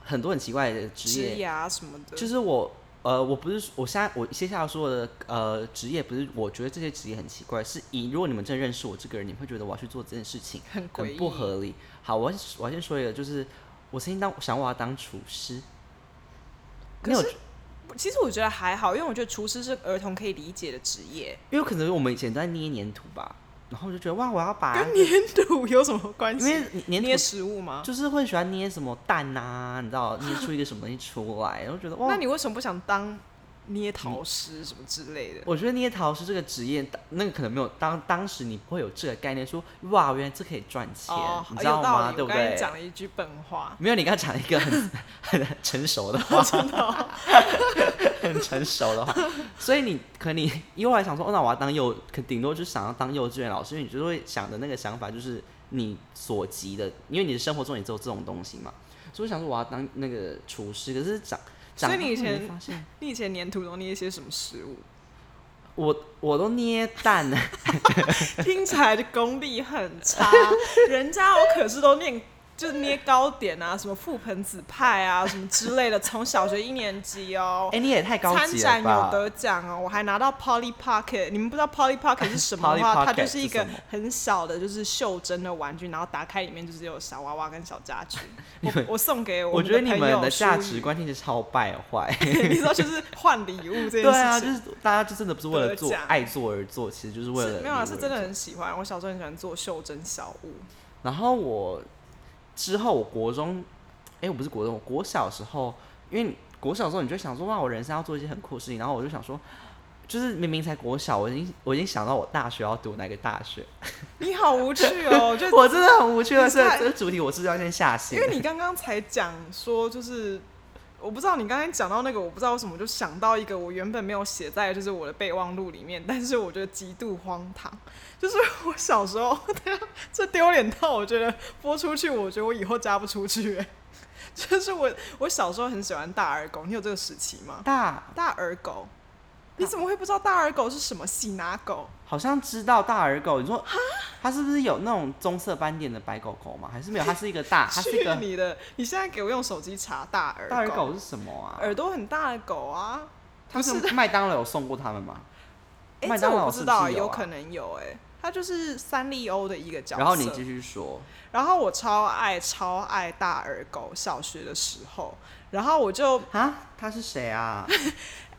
[SPEAKER 2] 很多很奇怪的职
[SPEAKER 1] 职
[SPEAKER 2] 业，
[SPEAKER 1] 涯什么的，
[SPEAKER 2] 就是我呃我不是我现在我接下来说的呃职业不是我觉得这些职业很奇怪，是以如果你们真的认识我这个人，你会觉得我要去做这件事情
[SPEAKER 1] 很诡
[SPEAKER 2] 很
[SPEAKER 1] 异，
[SPEAKER 2] 不合理。好，我要先我要先说一个，就是我曾经当想我要当厨师。
[SPEAKER 1] 可
[SPEAKER 2] 没有
[SPEAKER 1] 是其实我觉得还好，因为我觉得厨师是儿童可以理解的职
[SPEAKER 2] [LAUGHS]
[SPEAKER 1] 业，
[SPEAKER 2] 因为可能我们以前都在捏粘土吧，然后我就觉得哇，我要把
[SPEAKER 1] 跟粘土有什么关
[SPEAKER 2] 因
[SPEAKER 1] 系？
[SPEAKER 2] 为
[SPEAKER 1] [LAUGHS]
[SPEAKER 2] 粘
[SPEAKER 1] 捏
[SPEAKER 2] 粘
[SPEAKER 1] 食物吗
[SPEAKER 2] 土？就是会喜欢捏什么蛋啊，你知道捏出一个什么东西出来，然后觉得哇
[SPEAKER 1] 那，你为什么不想当捏陶师什么之类的？
[SPEAKER 2] 我觉得捏陶师这个职业，那个可能没有当当时你不会有这个概念，说哇，原来这可以赚钱，
[SPEAKER 1] 哦，
[SPEAKER 2] 你
[SPEAKER 1] 有
[SPEAKER 2] 知道
[SPEAKER 1] 道
[SPEAKER 2] 吗？
[SPEAKER 1] 理。
[SPEAKER 2] 对
[SPEAKER 1] 我
[SPEAKER 2] 不
[SPEAKER 1] 刚才
[SPEAKER 2] 对？
[SPEAKER 1] 讲了一句笨
[SPEAKER 2] [LAUGHS]
[SPEAKER 1] 话， [LAUGHS]
[SPEAKER 2] 没有，你刚才讲一个很 [LAUGHS] 很成熟的话，真的、
[SPEAKER 1] 哦
[SPEAKER 2] [LAUGHS] 很成熟的话。所以你可能你以后还想说，哦，那我要当幼，可顶多就是想要当幼稚园老师，因为你就会想的那个想法就是你所及的，因为你的生活中也只有这种东西嘛。所以我想说我要当那个厨师，可是长长
[SPEAKER 1] 所以
[SPEAKER 2] 大
[SPEAKER 1] 你以
[SPEAKER 2] 后会
[SPEAKER 1] 前
[SPEAKER 2] 发现
[SPEAKER 1] 你以前粘土都捏一些什么食物？
[SPEAKER 2] 我我都捏蛋了， [LAUGHS]
[SPEAKER 1] 听起来的功力很差，人家我可是都念。就是捏糕点啊，什么覆盆子派啊，什么之类的，从小学一年级哦
[SPEAKER 2] [LAUGHS] 哎、。你也太高
[SPEAKER 1] 参
[SPEAKER 2] 级
[SPEAKER 1] 展
[SPEAKER 2] 了
[SPEAKER 1] 有
[SPEAKER 2] 吧！
[SPEAKER 1] 得奖哦，我还拿到 Polly Pocket。你们不知道 Polly Pocket 是什么的
[SPEAKER 2] [LAUGHS] Polly
[SPEAKER 1] 话，
[SPEAKER 2] Pocket
[SPEAKER 1] 它就是一
[SPEAKER 2] 是
[SPEAKER 1] 个
[SPEAKER 2] 什么
[SPEAKER 1] 很小的，就是袖珍的玩具，然后打开里面就是有小娃娃跟小家
[SPEAKER 2] [LAUGHS]
[SPEAKER 1] 具。我我送给我
[SPEAKER 2] 我觉得你
[SPEAKER 1] 们
[SPEAKER 2] 们
[SPEAKER 1] 朋
[SPEAKER 2] 的
[SPEAKER 1] 友
[SPEAKER 2] 价
[SPEAKER 1] 淑
[SPEAKER 2] 值
[SPEAKER 1] 宇，
[SPEAKER 2] 观听起来超败坏。
[SPEAKER 1] [LAUGHS] 你知道就是换礼物这件事情，
[SPEAKER 2] 对啊，就是大家就真的不是为了
[SPEAKER 1] 得
[SPEAKER 2] 做
[SPEAKER 1] 奖
[SPEAKER 2] 爱做而做，其实就是为了
[SPEAKER 1] 是没有啊，
[SPEAKER 2] 礼物
[SPEAKER 1] 是
[SPEAKER 2] 而
[SPEAKER 1] 真的
[SPEAKER 2] 做
[SPEAKER 1] 很喜欢。我小时候很喜欢做袖珍小物，
[SPEAKER 2] 然后我之后我国中，哎、我不是国中，我国小的时候，因为你国小的时候你就想说哇，我人生要做一些很酷的事情，然后我就想说，就是明明才国小，我已经我已经想到我大学要读哪个大学，
[SPEAKER 1] 你好无趣
[SPEAKER 2] [LAUGHS]
[SPEAKER 1] 哦，就
[SPEAKER 2] 我真的很无趣
[SPEAKER 1] 你
[SPEAKER 2] 的是
[SPEAKER 1] 太
[SPEAKER 2] 这个主题，我是不是要先下线
[SPEAKER 1] 因？为你刚刚才讲说，就是我不知道你刚才讲到那个，我不知道为什么就想到一个我原本没有写在就是我的备忘录里面，但是我觉得极度荒唐， [LAUGHS] 就是我小时候， [LAUGHS] 这丢脸到我觉得播出去，我觉得我以后嫁不出去、 [LAUGHS] 欸。就是我我小时候很喜欢大耳狗，你有这个时期吗？
[SPEAKER 2] 大
[SPEAKER 1] 大耳狗，你怎么会不知道大耳狗是什么？喜拿狗？
[SPEAKER 2] 好像知道大耳狗，你说它是不是有那种棕色斑点的白狗狗吗？还是没有？它是一个
[SPEAKER 1] [LAUGHS]
[SPEAKER 2] 大，它啊是一
[SPEAKER 1] 去
[SPEAKER 2] 个
[SPEAKER 1] 你的！你现在给我用手机查大耳
[SPEAKER 2] 大耳狗是什么啊？
[SPEAKER 1] 耳朵很大的狗啊，它
[SPEAKER 2] 不
[SPEAKER 1] 呃是
[SPEAKER 2] 是麦当劳有送过他们吗？
[SPEAKER 1] 哎、
[SPEAKER 2] 麦
[SPEAKER 1] 这
[SPEAKER 2] 当
[SPEAKER 1] 我
[SPEAKER 2] 劳
[SPEAKER 1] 不
[SPEAKER 2] 是
[SPEAKER 1] 知
[SPEAKER 2] 不
[SPEAKER 1] 道，
[SPEAKER 2] 是有
[SPEAKER 1] 有
[SPEAKER 2] 啊
[SPEAKER 1] 可能有哎、它就是三丽鸥的一个角色。
[SPEAKER 2] 然哦后你继续说，
[SPEAKER 1] 然后我超爱超爱大耳狗，小学的时候，然后我就
[SPEAKER 2] 啊，他是谁啊？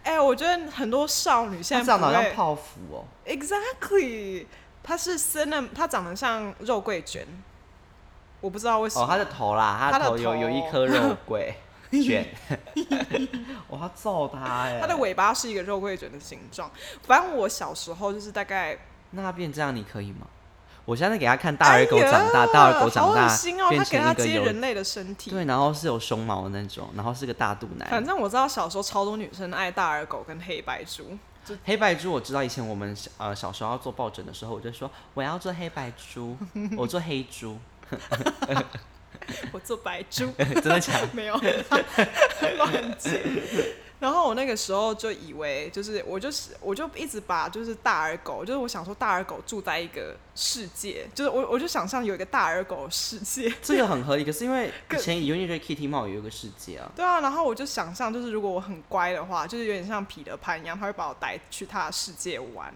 [SPEAKER 1] 哎、我觉得很多少女现
[SPEAKER 2] 他
[SPEAKER 1] 在
[SPEAKER 2] 长得好像
[SPEAKER 1] 不会
[SPEAKER 2] 泡芙哦，
[SPEAKER 1] exactly，它是 cinnamon，它长得像肉桂卷，我不知道为什么。
[SPEAKER 2] 哦，他的头啦，
[SPEAKER 1] 他
[SPEAKER 2] 他
[SPEAKER 1] 的
[SPEAKER 2] 头有有一
[SPEAKER 1] 头
[SPEAKER 2] 颗肉桂卷，
[SPEAKER 1] [LAUGHS]
[SPEAKER 2] 我要揍他哎！
[SPEAKER 1] 它的尾巴是一个肉桂卷的形状。反正我小时候就是大概
[SPEAKER 2] 那他变这样，你可以吗？我现在给他看大耳狗
[SPEAKER 1] 哎呀
[SPEAKER 2] 长大，大耳狗长
[SPEAKER 1] 好恶
[SPEAKER 2] 大
[SPEAKER 1] 心哦！
[SPEAKER 2] 变
[SPEAKER 1] 它给
[SPEAKER 2] 成
[SPEAKER 1] 它
[SPEAKER 2] 一个
[SPEAKER 1] 接
[SPEAKER 2] 有
[SPEAKER 1] 人类的身体。
[SPEAKER 2] 对，然后是有胸毛的那种，然后是个大肚
[SPEAKER 1] 反
[SPEAKER 2] 腩。
[SPEAKER 1] 正我知道小时候超多女生爱大耳狗跟黑白猪， [LAUGHS]
[SPEAKER 2] 黑白猪我知道，以前我们小呃小时候要做抱枕的时候，我就说我要做黑白
[SPEAKER 1] [LAUGHS]
[SPEAKER 2] 猪，我做黑猪，
[SPEAKER 1] 我做白
[SPEAKER 2] [LAUGHS]
[SPEAKER 1] 猪
[SPEAKER 2] 真的假的？
[SPEAKER 1] 没有乱接。然后我那个时候就以为，就是我就是我就一直把就是大耳狗，就是我想说大耳狗住在一个世界，就是我我就想象有一个大耳狗的世界。 [LAUGHS]
[SPEAKER 2] 这个很合理，可是因为以
[SPEAKER 1] 更
[SPEAKER 2] 前 Uniqlo Kitty 猫有一个世界啊，
[SPEAKER 1] 对啊，然后我就想象，就是如果我很乖的话，就是有点像彼得潘一样，他会把我带去他的世界玩。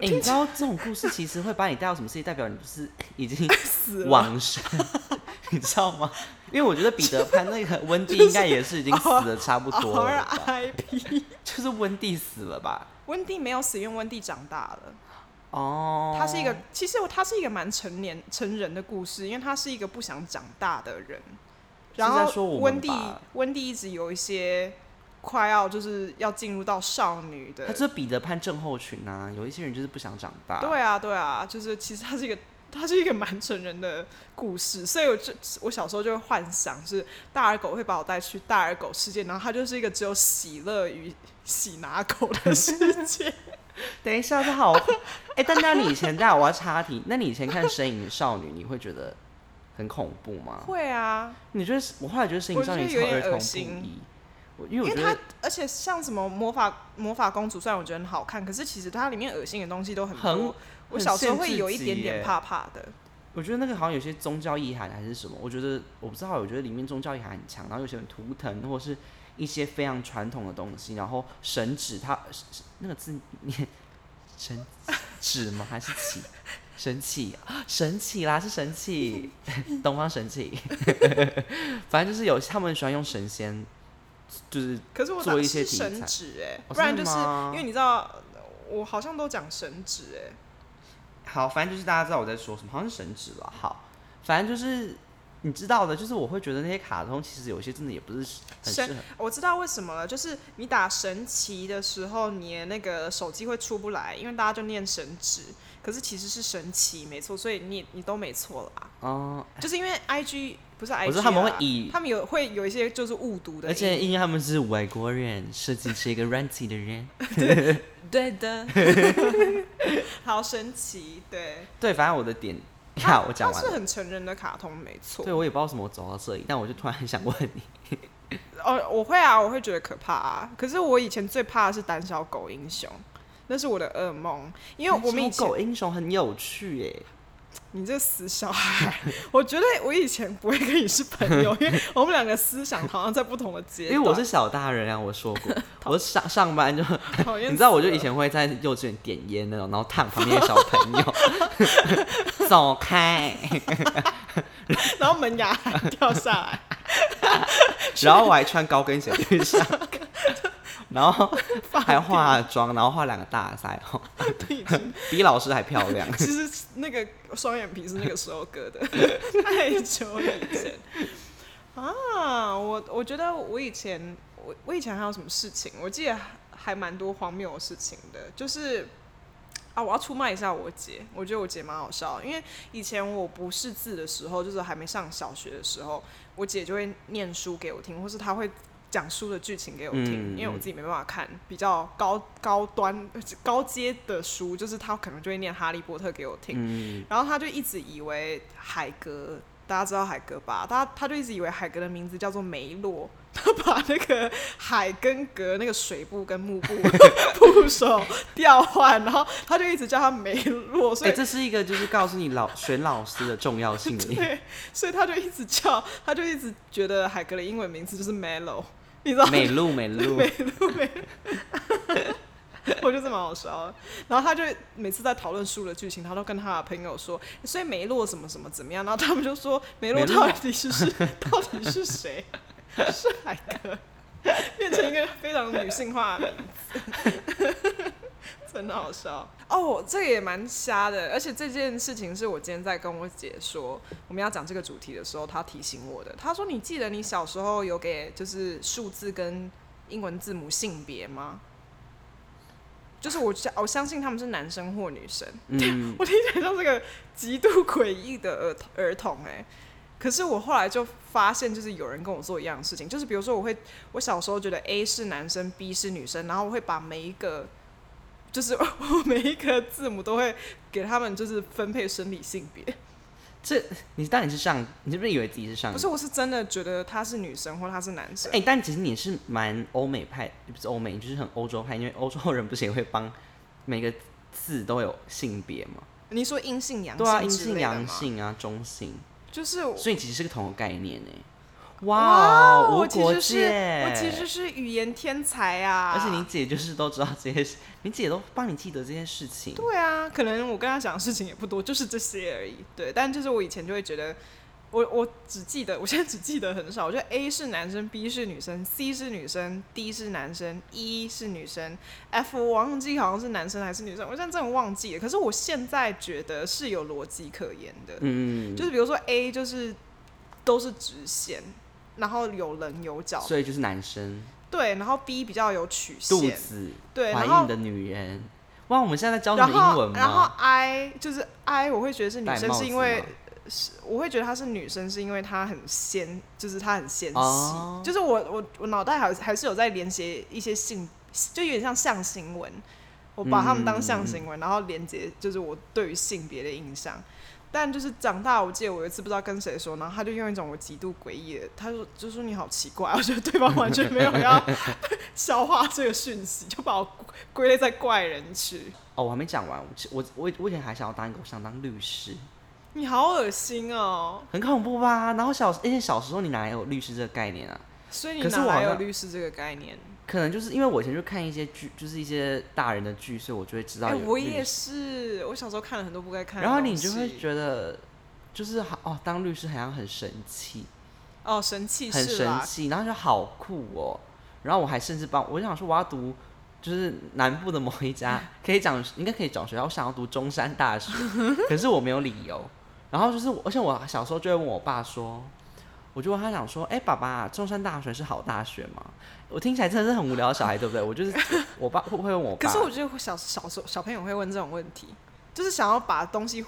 [SPEAKER 2] 哎、你知道这种故事其实会把你带到什么事情？代表你就是已经
[SPEAKER 1] [LAUGHS] 死了
[SPEAKER 2] 往生， [LAUGHS] 你知道吗？因为我觉得彼得潘那个温蒂应该
[SPEAKER 1] [LAUGHS]
[SPEAKER 2] 也是已经死的差不多了吧，
[SPEAKER 1] RIP，
[SPEAKER 2] 就是温蒂死了吧？
[SPEAKER 1] 温蒂没有死，因为温蒂长大了。
[SPEAKER 2] 哦，
[SPEAKER 1] 他是一个，其实他是一个蛮成年成人的故事，因为他是一个不想长大的人。
[SPEAKER 2] 是
[SPEAKER 1] 然
[SPEAKER 2] 在
[SPEAKER 1] 后
[SPEAKER 2] 说我们
[SPEAKER 1] 温蒂
[SPEAKER 2] 吧，
[SPEAKER 1] 温蒂一直有一些快要就是要进入到少女的
[SPEAKER 2] 他，就是彼得潘症候群啊，有一些人就是不想长大。
[SPEAKER 1] 对啊，对啊，就是其实它是一个， [LAUGHS] 它是一个蛮成人的故事，所以我就我小时候就会幻想是大耳狗会把我带去大耳狗世界，然后它就是一个只有喜乐与喜拿狗的世
[SPEAKER 2] [LAUGHS]
[SPEAKER 1] 界。
[SPEAKER 2] 等一下，这好， [LAUGHS] 哎、但那你以前，但我要插题，那你以前看《身影少女》，你会觉得很恐怖吗？
[SPEAKER 1] 会啊，
[SPEAKER 2] 你觉得？我后来觉得《身影
[SPEAKER 1] 我
[SPEAKER 2] 少女
[SPEAKER 1] 觉》得
[SPEAKER 2] 超
[SPEAKER 1] 有点
[SPEAKER 2] 儿童
[SPEAKER 1] 恶
[SPEAKER 2] 不
[SPEAKER 1] 心
[SPEAKER 2] 宜，我因
[SPEAKER 1] 因
[SPEAKER 2] 为
[SPEAKER 1] 为
[SPEAKER 2] 我觉
[SPEAKER 1] 它
[SPEAKER 2] 得
[SPEAKER 1] 而且像什么魔法魔法公主，虽然我觉得很好看，可是其实它里面恶心的东西都很多。
[SPEAKER 2] 很
[SPEAKER 1] 我小时候
[SPEAKER 2] 限
[SPEAKER 1] 会
[SPEAKER 2] 制
[SPEAKER 1] 有一
[SPEAKER 2] 级
[SPEAKER 1] 点点
[SPEAKER 2] 耶
[SPEAKER 1] 怕怕的。
[SPEAKER 2] 我觉得那个好像有些宗教意涵还是什么，我觉得我不知道，我觉得里面宗教意涵很强，然后有些很图腾或是一些非常传统的东西，然后神指它是是那个字念神指吗？还是起？神器，神器啦，是神器， [LAUGHS] 东方神器。 [LAUGHS] 反正就是有他们喜欢用神仙，就是
[SPEAKER 1] 可是我
[SPEAKER 2] 做
[SPEAKER 1] 哪
[SPEAKER 2] 一些
[SPEAKER 1] 是
[SPEAKER 2] 题
[SPEAKER 1] 神
[SPEAKER 2] 材
[SPEAKER 1] 指哎、
[SPEAKER 2] 哦
[SPEAKER 1] 不然
[SPEAKER 2] 真的
[SPEAKER 1] 就是
[SPEAKER 2] 吗
[SPEAKER 1] 因为你知道，我好像都讲神指哎、
[SPEAKER 2] 好，反正就是大家知道我在说什么，好像是神职吧。好，反正就是你知道的，就是我会觉得那些卡通其实有些真的也不是很适
[SPEAKER 1] 神
[SPEAKER 2] 合。
[SPEAKER 1] 我知道为什么了，就是你打神奇的时候，你的那个手机会出不来，因为大家就念神指，可是其实是神奇，没错，所以你你都没错啦。
[SPEAKER 2] 哦、
[SPEAKER 1] 就是因为 I G 不是 I G，啊
[SPEAKER 2] 我知道他们会以
[SPEAKER 1] 他们有会有一些就是误读的音，
[SPEAKER 2] 而且因为他们是外国人，设计是一个软体
[SPEAKER 1] [LAUGHS]
[SPEAKER 2] 的人。
[SPEAKER 1] 对
[SPEAKER 2] [LAUGHS]
[SPEAKER 1] 的，好神奇，对，
[SPEAKER 2] 对，反正我的点，
[SPEAKER 1] 它
[SPEAKER 2] 呀，我讲
[SPEAKER 1] 它
[SPEAKER 2] 完
[SPEAKER 1] 啊是
[SPEAKER 2] 了。
[SPEAKER 1] 很成人的卡通，没错。
[SPEAKER 2] 对，我也不知道为什么我走到这里，但我就突然很想问你，
[SPEAKER 1] 哦，我会啊，我会觉得可怕啊。可是我以前最怕的是胆小狗英雄，那是我的噩梦，因为我们以前
[SPEAKER 2] 狗英雄很有趣耶，
[SPEAKER 1] 你这死小孩！ [LAUGHS] 我觉得我以前不会跟你是朋
[SPEAKER 2] [LAUGHS]
[SPEAKER 1] 友，因为我们两个思想好像在不同的阶
[SPEAKER 2] 因
[SPEAKER 1] 段。
[SPEAKER 2] 为我是小大人啊，我说
[SPEAKER 1] [LAUGHS]
[SPEAKER 2] 过，我上上班就
[SPEAKER 1] 讨厌，
[SPEAKER 2] 你知道，我就以前会在幼稚园点烟那种，然后烫旁边的小朋友， [LAUGHS]
[SPEAKER 1] [LAUGHS]
[SPEAKER 2] 走开。
[SPEAKER 1] 死了，然后门牙还掉下
[SPEAKER 2] [LAUGHS]
[SPEAKER 1] 来，
[SPEAKER 2] 然后我还穿高跟鞋去上课， [LAUGHS] 然后还化妆，然后画两个大腮 [LAUGHS] 红，
[SPEAKER 1] 已经
[SPEAKER 2] 比老师还漂亮。
[SPEAKER 1] 其实那个双眼皮是那个时候割的，太久以前啊！我我觉得我以前我我以前还有什么事情，我记得还还蛮多荒谬的事情的，就是。啊！我要出卖一下我姐，我觉得我姐蛮好笑的，因为以前我不识字的时候，就是还没上小学的时候，我姐就会念书给我听，或是她会讲书的剧情给我听，
[SPEAKER 2] 嗯
[SPEAKER 1] 因为我
[SPEAKER 2] 嗯
[SPEAKER 1] 自己没办法看比较高高端高阶的书，就是她可能就会念《哈利波特》给我听，
[SPEAKER 2] [LAUGHS] 嗯，
[SPEAKER 1] 然后她就一直以为海格，大家知道海格吧？她她就一直以为海格的名字叫做梅洛。她把那个海跟格那个水部跟幕部 [LAUGHS] 部首调换，然后她就一直叫他梅洛，所
[SPEAKER 2] 哎、
[SPEAKER 1] 以
[SPEAKER 2] 这是一个就是告诉你老选老师的重要性的。
[SPEAKER 1] 对，所以他就一直叫，他就一直觉得海格的英文名字就是 Mellow，你知道吗？ [LAUGHS]
[SPEAKER 2] 美露，美露，
[SPEAKER 1] 美露美， [LAUGHS] 我觉得这蛮好笑的。然后他就每次在讨论书的剧情，他都跟他的朋友说，所以梅洛什么什么怎么样，然后他们就说梅洛
[SPEAKER 2] 梅洛
[SPEAKER 1] 到底是是 [LAUGHS] 到底是谁？是海 [LAUGHS] [LAUGHS] 格，变成一个非常女性化的名字，很好笑哦，这个也蛮瞎的，而且这件事情是我今天在跟我姐说我们要讲这个主题的时候，她提醒我的。她说：“你记得你小时候有给就是数字跟英文字母性别吗？”就是我相我相信他们是男生或女生， [LAUGHS]
[SPEAKER 2] 嗯，
[SPEAKER 1] 我听起来像是个极度诡异的儿童儿童哎、可是我后来就发现，就是有人跟我做一样的事情，就是比如说我会，我小时候觉得 A 是男生，B 是女生，然后我会把每一个，就是我 [LAUGHS] 每一个字母都会给他们就是分配生理性别。
[SPEAKER 2] 这你但你是上，你是不是以为自己是上？
[SPEAKER 1] 不是，我是真的觉得他是女生或他是男生。
[SPEAKER 2] 嗯哎、但其实你是蛮欧美派，不是欧美，你就是很欧洲派，因为欧洲人不是也会帮每个字都有性别吗？
[SPEAKER 1] 你说阴性、阳性，
[SPEAKER 2] 对啊，阴性、阳，性啊，中性，
[SPEAKER 1] 就是
[SPEAKER 2] 所以其实是个同个概念呢。
[SPEAKER 1] 哇
[SPEAKER 2] 哦，
[SPEAKER 1] 我
[SPEAKER 2] 无
[SPEAKER 1] 其
[SPEAKER 2] 国
[SPEAKER 1] 实是
[SPEAKER 2] 界，
[SPEAKER 1] 我其实是语言天才啊！
[SPEAKER 2] 而且你姐就是都知道这些事， [LAUGHS] 你姐都帮你记得这些事情。
[SPEAKER 1] 对啊，可能我跟他讲的事情也不多，就是这些而已。对，但就是我以前就会觉得，我我只记得，我现在只记得很少。我觉得 A 是男生，B 是女生，C 是女生，D 是男生，E 是女生，F 我忘记好像是男生还是女生，我现在真的忘记了。可是我现在觉得是有逻辑可言的，
[SPEAKER 2] 嗯，
[SPEAKER 1] 就是比如说 A 就是都是直线，然后有棱有角，
[SPEAKER 2] 所以就是男生
[SPEAKER 1] 对，然后 B 比较有曲
[SPEAKER 2] 肚
[SPEAKER 1] 线，
[SPEAKER 2] 子
[SPEAKER 1] 对，
[SPEAKER 2] 怀
[SPEAKER 1] 然后
[SPEAKER 2] 孕的女人。哇，我们现在在教
[SPEAKER 1] 然
[SPEAKER 2] 什么
[SPEAKER 1] 后
[SPEAKER 2] 英文吗？
[SPEAKER 1] 然后 I 就是 I，我会觉得是女
[SPEAKER 2] 戴
[SPEAKER 1] 生，
[SPEAKER 2] 帽
[SPEAKER 1] 是
[SPEAKER 2] 子
[SPEAKER 1] 因为
[SPEAKER 2] 吗
[SPEAKER 1] 是我会觉得她是女生，是因为她很纤，就是她很纤细。
[SPEAKER 2] 哦
[SPEAKER 1] 就是我我我脑袋还还是有在连接一些性，就有点像象形文，我把它们当象形
[SPEAKER 2] 嗯
[SPEAKER 1] 文，然后连接就是我对于性别的印象。但就是长大，我记得我有一次不知道跟谁说，然后他就用一种我极度诡异的，他说就说你好奇怪，我觉得对方完全没有要 [LAUGHS] 消化这个讯息，就把我归归类在怪人区。
[SPEAKER 2] 哦，我还没讲完，我其我我我以前还想要当一个，我想当律师，
[SPEAKER 1] 你好恶心哦！
[SPEAKER 2] 很恐怖吧？然后小，而且小时候你哪有律师这个概念啊？
[SPEAKER 1] 所以你
[SPEAKER 2] 可是
[SPEAKER 1] 哪
[SPEAKER 2] 我好
[SPEAKER 1] 来有
[SPEAKER 2] 像
[SPEAKER 1] 律师这个概念？
[SPEAKER 2] 可能就是因为我以前就看一些剧，就是一些大人的剧，所以我就会知道
[SPEAKER 1] 哎、
[SPEAKER 2] 有律师。
[SPEAKER 1] 我也是，我小时候看了很多不该看的
[SPEAKER 2] 然后你
[SPEAKER 1] 东
[SPEAKER 2] 就会
[SPEAKER 1] 西
[SPEAKER 2] 觉得，就是好哦，当律师好像很神奇，
[SPEAKER 1] 哦，神器
[SPEAKER 2] 很
[SPEAKER 1] 是
[SPEAKER 2] 神
[SPEAKER 1] 啦，
[SPEAKER 2] 奇，然后就好酷哦。然后我还甚至帮我想说我要读，就是南部的某一家可以讲应该可以讲学校，我想要读中山
[SPEAKER 1] [LAUGHS]
[SPEAKER 2] 大学，可是我没有理由。然后就是我，而且我小时候就会问我爸说，我就问他讲说，哎、爸爸，中山大学是好大学吗？我听起来真的是很无聊的小孩，对不对？我就是 [LAUGHS] 我爸会会问我爸，
[SPEAKER 1] 可是我觉得小小时候小朋友会问这种问题，就是想要把东西划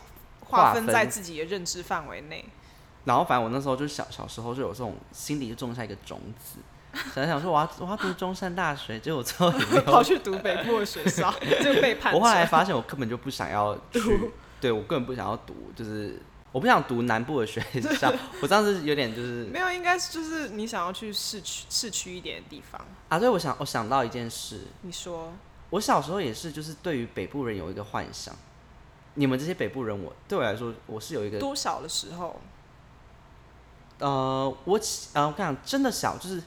[SPEAKER 2] 划
[SPEAKER 1] 分在
[SPEAKER 2] 分
[SPEAKER 1] 自己的认知范围
[SPEAKER 2] [LAUGHS]
[SPEAKER 1] 内。
[SPEAKER 2] 然后反正我那时候就小小时候就有这种心里就种下一个种子，
[SPEAKER 1] [LAUGHS]
[SPEAKER 2] 想想说我要我要读中山大学，结果最后也没有
[SPEAKER 1] 跑去读北部的学
[SPEAKER 2] [LAUGHS]
[SPEAKER 1] 校，就背叛者。
[SPEAKER 2] 我后来发现我根本就不想要去，对我根本不想要读，就是我不想读南部的学
[SPEAKER 1] [LAUGHS]
[SPEAKER 2] 校。我上次有点就是
[SPEAKER 1] 没有，应该是就是你想要去市区市区一点的地方。
[SPEAKER 2] 啊，所以我想我想到一件事，
[SPEAKER 1] 你说
[SPEAKER 2] 我小时候也是就是对于北部人有一个幻想。你们这些北部人我，对我来说，我是有一个
[SPEAKER 1] 多少的时候？
[SPEAKER 2] 呃，我起呃，我跟你讲，真的小就是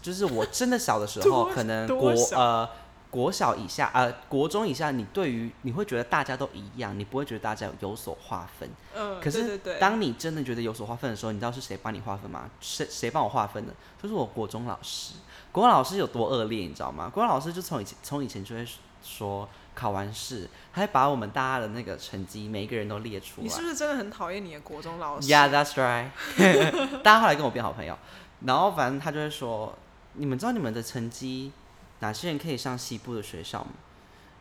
[SPEAKER 2] 就是我真的小的时候，
[SPEAKER 1] 多
[SPEAKER 2] 可能
[SPEAKER 1] 多
[SPEAKER 2] 国
[SPEAKER 1] 小
[SPEAKER 2] 呃国小以下呃国中以下，你对于你会觉得大家都一样，你不会觉得大家有有所划分。
[SPEAKER 1] 嗯，
[SPEAKER 2] 可
[SPEAKER 1] 对
[SPEAKER 2] 是
[SPEAKER 1] 对对，
[SPEAKER 2] 当你真的觉得有所划分的时候，你知道是谁帮你划分吗？谁谁帮我划分的？就是我国中老师。国中老师有多恶劣，你知道吗？国中老师就从以前从以前就会说，考完试他会把我们大家的那个成绩每一个人都列出来。
[SPEAKER 1] 你是不是真的很讨厌你的国中老师？
[SPEAKER 2] Yeah, that's right 。 [LAUGHS] 大家后来跟我变好朋友，然后反正他就会说，你们知道你们的成绩哪些人可以上西部的学校吗？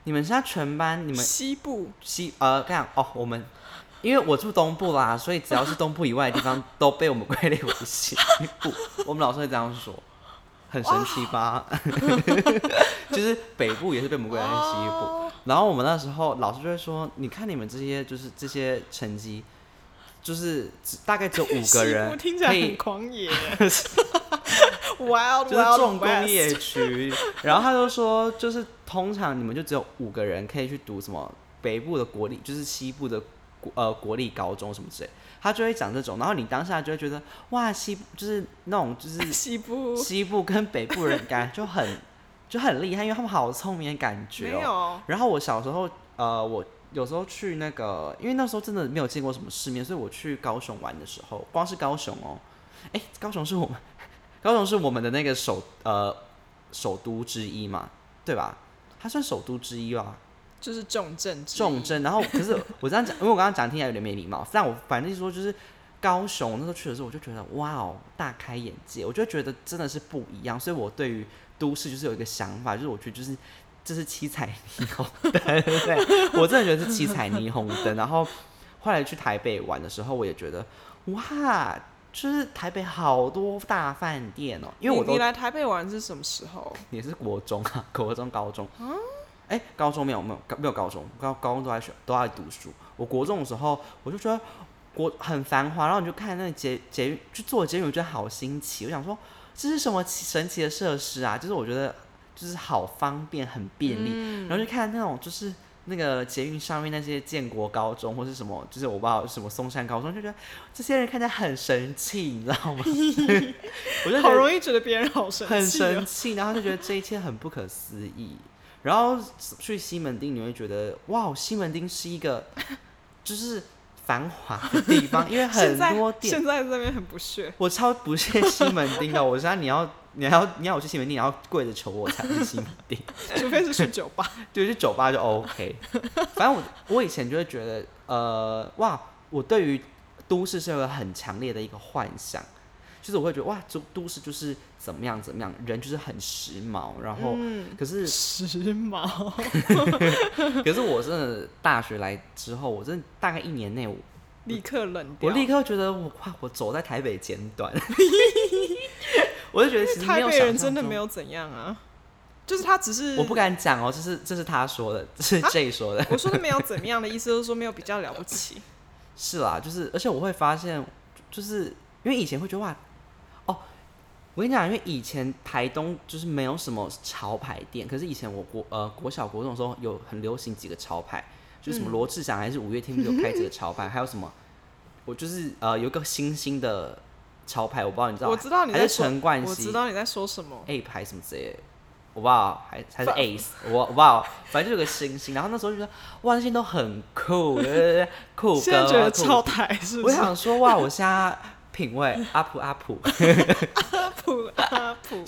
[SPEAKER 2] 你们现在全班，你们
[SPEAKER 1] 西部
[SPEAKER 2] 西呃，这样哦，我们因为我住东部啦，所以只要是东部以外的地方都被我们归类为西部。我们老师会这样说，很神奇吧？ [LAUGHS] 就是北部也是被我们归类为西部。
[SPEAKER 1] 哦
[SPEAKER 2] 然后我们那时候老师就会说，你看你们这些就是这些成绩，就是只大概只有五个
[SPEAKER 1] 西部
[SPEAKER 2] 人
[SPEAKER 1] 听起来
[SPEAKER 2] 可
[SPEAKER 1] 很
[SPEAKER 2] 以。
[SPEAKER 1] 狂
[SPEAKER 2] [LAUGHS]
[SPEAKER 1] 野，Wild
[SPEAKER 2] 就是
[SPEAKER 1] Wild
[SPEAKER 2] 重工
[SPEAKER 1] West
[SPEAKER 2] 业区，然后他就说，就是通常你们就只有五个人可以去读什么北部的国立，就是西部的国呃国立高中什么之类，他就会讲这种，然后你当下就会觉得哇，西部就是那种
[SPEAKER 1] [LAUGHS]
[SPEAKER 2] 就是
[SPEAKER 1] [LAUGHS] 西部
[SPEAKER 2] 西部跟北部人感觉就很就很厉害，因为他们好聪明的感觉
[SPEAKER 1] 没
[SPEAKER 2] 哦、
[SPEAKER 1] 有，
[SPEAKER 2] 然后我小时候，呃，我有时候去那个，因为那时候真的没有见过什么世面，所以我去高雄玩的时候，光是高雄哦，哎，高雄是我们， [LAUGHS] 高雄是我们的那个首呃首都之一嘛，对吧？它算首都之一吧？
[SPEAKER 1] 就是重症之一
[SPEAKER 2] 重症。然后可是我这样讲，因为我刚刚讲听起来有点没礼貌，但我反正说就是高雄那时候去的时候，我就觉得哇哦，大开眼界，我就觉得真的是不一样。所以我对于都市就是有一个想法，就是我觉得就是这是七彩霓虹灯，对我真的觉得是七彩霓虹灯。然后后来去台北玩的时候，我也觉得哇。就是台北好多大饭店哦、因为我
[SPEAKER 1] 你
[SPEAKER 2] 都
[SPEAKER 1] 你来台北玩是什么时候？
[SPEAKER 2] [LAUGHS] 也是国中啊，国中、高中。哎、高中没有没有高没有高中，高高中都在学都在读书。我国中的时候，我就觉得国很繁华，然后你就看那个捷捷运，就坐捷运，我觉得好新奇。我想说这是什么奇神奇的设施啊？就是我觉得就是好方便，很便利。然后就看那种就是那个捷运上面那些建国高中或是什么，就是我不知道什么松山高中，就觉得这些人看起来很神气，你知道吗？ [LAUGHS] 我就觉
[SPEAKER 1] 好
[SPEAKER 2] 得
[SPEAKER 1] 容易觉得别人好生
[SPEAKER 2] 很
[SPEAKER 1] 气、哦
[SPEAKER 2] 生气，然后就觉得这一切很不可思议。然后去西门町，你会觉得哇，西门町是一个就是繁华的地方，因为很
[SPEAKER 1] [LAUGHS] 现在
[SPEAKER 2] 多店。
[SPEAKER 1] 现在这边很不屑，
[SPEAKER 2] 我超不屑西门町的，我知道你要你要你要我去西门町，你要跪着求我才去西门町。
[SPEAKER 1] 除非是去酒吧。
[SPEAKER 2] 对，去酒吧就 [LAUGHS] OK。反正我我以前就会觉得，呃，哇，我对于都市是有很强烈的一个幻想，就是我会觉得哇，都都市就是怎么样怎么样，人就是很时髦，然后、可 [LAUGHS] 是
[SPEAKER 1] 时髦，
[SPEAKER 2] 可是我真的大学来之后，我真的大概一年内，我
[SPEAKER 1] 立刻冷掉。
[SPEAKER 2] 我立刻觉得我哇，我走在台北尖 [LAUGHS] 端，我就觉得其实没
[SPEAKER 1] 台
[SPEAKER 2] 有
[SPEAKER 1] 北
[SPEAKER 2] 想
[SPEAKER 1] 人
[SPEAKER 2] 象
[SPEAKER 1] 真的
[SPEAKER 2] 中
[SPEAKER 1] 没有怎样啊，就是他只是
[SPEAKER 2] 我不敢讲哦，这是这是他说的，这是 J 说的。
[SPEAKER 1] 我说的没有怎么样的意思，就是说没有比较了不
[SPEAKER 2] [LAUGHS]
[SPEAKER 1] 起。
[SPEAKER 2] 是啦，就是而且我会发现，就是因为以前会觉得哇，哦，我跟你讲，因为以前台东就是没有什么潮牌店，可是以前我国呃国小国中的时候有很流行几个潮牌，就
[SPEAKER 1] 嗯
[SPEAKER 2] 是什么罗志祥还是五月天不是有开几个潮牌，还 [LAUGHS] 有什么我就是呃有一个星星的潮牌，我不知道你知道吗，
[SPEAKER 1] 我知道你
[SPEAKER 2] 还
[SPEAKER 1] 在
[SPEAKER 2] 是
[SPEAKER 1] 说，
[SPEAKER 2] 陈冠
[SPEAKER 1] 我
[SPEAKER 2] 希
[SPEAKER 1] 知道你在说什么。
[SPEAKER 2] A 牌什么之类的，我不知道，还还是
[SPEAKER 1] 反
[SPEAKER 2] Ace，我我不知道，反正就有个星星。然后那时候就觉得哇，那些都很酷，对对对，酷
[SPEAKER 1] 现在觉
[SPEAKER 2] 哥
[SPEAKER 1] 得
[SPEAKER 2] 酷
[SPEAKER 1] 超台是不
[SPEAKER 2] 我
[SPEAKER 1] 是？
[SPEAKER 2] 想说哇，我现在品味
[SPEAKER 1] [LAUGHS]
[SPEAKER 2] up up，
[SPEAKER 1] 普
[SPEAKER 2] [LAUGHS]
[SPEAKER 1] 阿普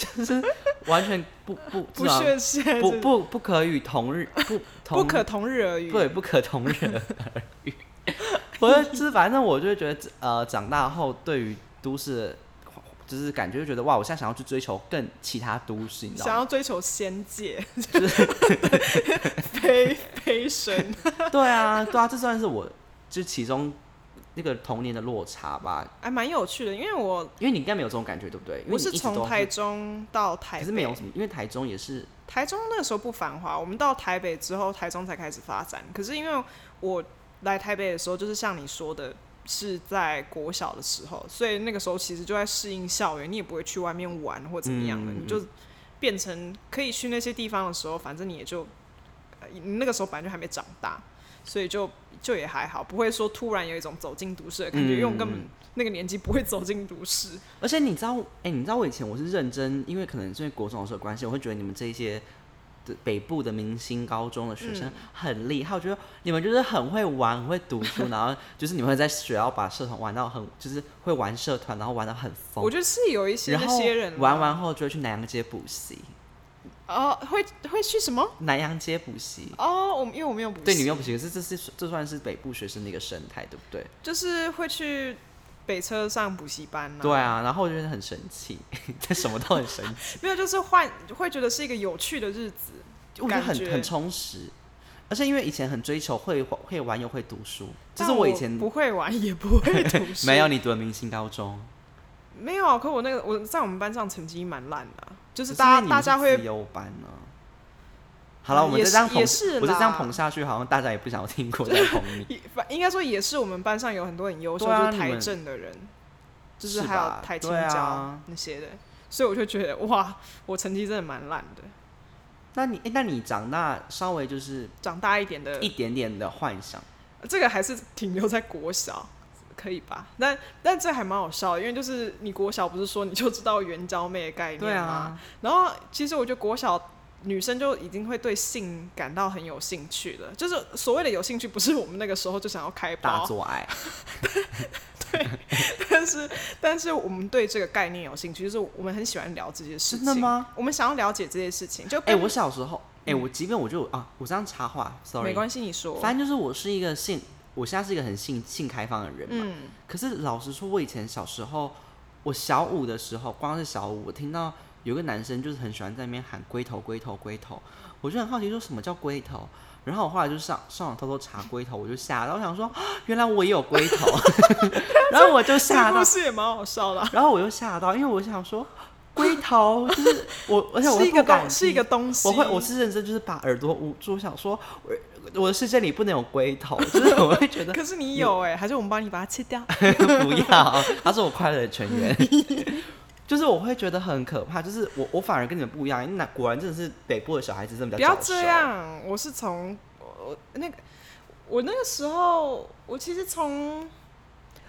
[SPEAKER 2] 完全不不
[SPEAKER 1] 不屑现在
[SPEAKER 2] 不
[SPEAKER 1] 这
[SPEAKER 2] 不不可与同日不同
[SPEAKER 1] 不可同日而语。
[SPEAKER 2] 对不可同日而语。我就就是反正我就会觉得呃，长大后对于都市就是感觉就觉得哇，我现在想要去追求更其他都市，你知道
[SPEAKER 1] 想
[SPEAKER 2] 吗？
[SPEAKER 1] 要追求仙
[SPEAKER 2] [LAUGHS]
[SPEAKER 1] 界， [LAUGHS] 飞飞升，
[SPEAKER 2] 对啊，对啊，这算是我就其中那个童年的落差吧。
[SPEAKER 1] 还哎蛮有趣的。因为我
[SPEAKER 2] 因为你应该没有这种感觉，对不对？因为
[SPEAKER 1] 我
[SPEAKER 2] 你
[SPEAKER 1] 是
[SPEAKER 2] 一直
[SPEAKER 1] 从
[SPEAKER 2] 都
[SPEAKER 1] 台，中欸到台
[SPEAKER 2] 可
[SPEAKER 1] 北，
[SPEAKER 2] 是没有什么，因为台中也是
[SPEAKER 1] 台中那个时候不繁华，我们到台北之后，台中才开始发展。可是因为我来台北的时候，就是像你说的，是在国小的时候，所以那个时候其实就在适应校园，你也不会去外面玩或怎么样的，
[SPEAKER 2] 嗯嗯嗯
[SPEAKER 1] 你就变成可以去那些地方的时候，反正你也就，呃你那个时候本来就还没长大，所以就就也还好，不会说突然有一种走进都市的感觉，
[SPEAKER 2] 嗯
[SPEAKER 1] 因
[SPEAKER 2] 嗯
[SPEAKER 1] 为我根
[SPEAKER 2] 嗯
[SPEAKER 1] 本那个年纪不会走进都市。
[SPEAKER 2] 而且你知道，哎、你知道我以前我是认真，因为可能是因为国中老师的关系，我会觉得你们这一些的北部的明星高中的学生
[SPEAKER 1] 嗯
[SPEAKER 2] 很厉害，我觉得你们就是很会玩，很会读书，然后就是你们会在学校把社团玩到很，就是会玩社团，然后玩到很疯
[SPEAKER 1] 我，觉得是有一些
[SPEAKER 2] 然
[SPEAKER 1] 那
[SPEAKER 2] 后
[SPEAKER 1] 些人啊
[SPEAKER 2] 玩完后就会去南洋街补习，
[SPEAKER 1] 哦、会会去什么？
[SPEAKER 2] 南洋街补习。
[SPEAKER 1] 哦，我们因为我没有补习，
[SPEAKER 2] 对，你们又补习，可是这是这算是北部学生的一个生态，对不对？
[SPEAKER 1] 就是会去北车上补习班呐、
[SPEAKER 2] 对啊，然后我就觉得很神奇， [LAUGHS] 这什么都很神奇，
[SPEAKER 1] 没有就是换会觉得是一个有趣的日子，
[SPEAKER 2] 我觉得
[SPEAKER 1] 感
[SPEAKER 2] 很
[SPEAKER 1] 觉
[SPEAKER 2] 很充实。而且因为以前很追求会会玩又会读书，这
[SPEAKER 1] 但
[SPEAKER 2] 是
[SPEAKER 1] 我
[SPEAKER 2] 以前
[SPEAKER 1] 不会玩也不会读书，
[SPEAKER 2] [LAUGHS] 没有你读的明星高中，
[SPEAKER 1] 没有啊，可我那个我在我们班上成绩蛮烂的啊、就
[SPEAKER 2] 就是
[SPEAKER 1] 大家大家
[SPEAKER 2] 自
[SPEAKER 1] 会
[SPEAKER 2] 由班呢、好了，
[SPEAKER 1] 嗯
[SPEAKER 2] 我们
[SPEAKER 1] 也
[SPEAKER 2] 这样
[SPEAKER 1] 是
[SPEAKER 2] 捧，
[SPEAKER 1] 也是
[SPEAKER 2] 我就这样
[SPEAKER 1] 啦。
[SPEAKER 2] 捧下去，好像大家也不想要听过在捧你
[SPEAKER 1] [LAUGHS] 也反应该说也是我们班上有很多很优秀，
[SPEAKER 2] 对
[SPEAKER 1] 就
[SPEAKER 2] 啊
[SPEAKER 1] 是
[SPEAKER 2] 你
[SPEAKER 1] 台
[SPEAKER 2] 们
[SPEAKER 1] 政的人，就是还有
[SPEAKER 2] 吧
[SPEAKER 1] 台青
[SPEAKER 2] 对
[SPEAKER 1] 椒、
[SPEAKER 2] 啊
[SPEAKER 1] 那些的，所以我就觉得哇，我成绩真的蛮烂的。
[SPEAKER 2] 那你、诶那你长大稍微就是
[SPEAKER 1] 长大一点的
[SPEAKER 2] 一点点的幻想，
[SPEAKER 1] 这个还是停留在国小，可以吧？但但这还蛮好笑的，因为就是你国小不是说你就知道援交妹的概
[SPEAKER 2] 对
[SPEAKER 1] 念吗？
[SPEAKER 2] 啊，
[SPEAKER 1] 然后其实我觉得国小女生就已经会对性感到很有兴趣了，就是所谓的有兴趣，不是我们那个时候就想要开
[SPEAKER 2] 大
[SPEAKER 1] 包，
[SPEAKER 2] 做爱，
[SPEAKER 1] 但是但是我们对这个概念有兴趣，就是我们很喜欢聊这些事情。
[SPEAKER 2] 真的吗？
[SPEAKER 1] 我们想要了解这些事情，就
[SPEAKER 2] 哎、
[SPEAKER 1] 跟 [LAUGHS]
[SPEAKER 2] 我小时候，哎、我即便我就啊，我这样插话，sorry，
[SPEAKER 1] 嗯没关系，你说。
[SPEAKER 2] 反正就是我是一个性，我现在是一个很性性开放的人嘛。
[SPEAKER 1] 嗯，
[SPEAKER 2] 可是老实说，我以前小时候，我小五的时候，光是小五，我听到有个男生就是很喜欢在那边喊“龟头，龟头，龟头”，我就很好奇，说什么叫龟头？然后我后来就上上网偷偷查龟头，我就吓到，我想说啊原来我也有龟头，然后我就
[SPEAKER 1] 这
[SPEAKER 2] 吓
[SPEAKER 1] 个
[SPEAKER 2] 到
[SPEAKER 1] 故，事也蛮好笑的啊，
[SPEAKER 2] 然后我又吓到，因为我想说龟头就是我，而且我
[SPEAKER 1] 是一个
[SPEAKER 2] 不敢
[SPEAKER 1] 东是一
[SPEAKER 2] 听
[SPEAKER 1] 个东西，
[SPEAKER 2] 我会，我是认真，就是把耳朵捂住，想说，我我的世界里不能有龟头，就是我会觉得
[SPEAKER 1] 可是你有哎、还是我们帮你把它切掉？
[SPEAKER 2] [LAUGHS] 不要，他是我快乐的成员， [LAUGHS] 就是我会觉得很可怕，就是我我反而跟你们不一样，因为那果然真的是北部的小孩子真的
[SPEAKER 1] 不
[SPEAKER 2] 比较
[SPEAKER 1] 要
[SPEAKER 2] 早熟
[SPEAKER 1] 这，样，我是从我那个我那个时候，我其实从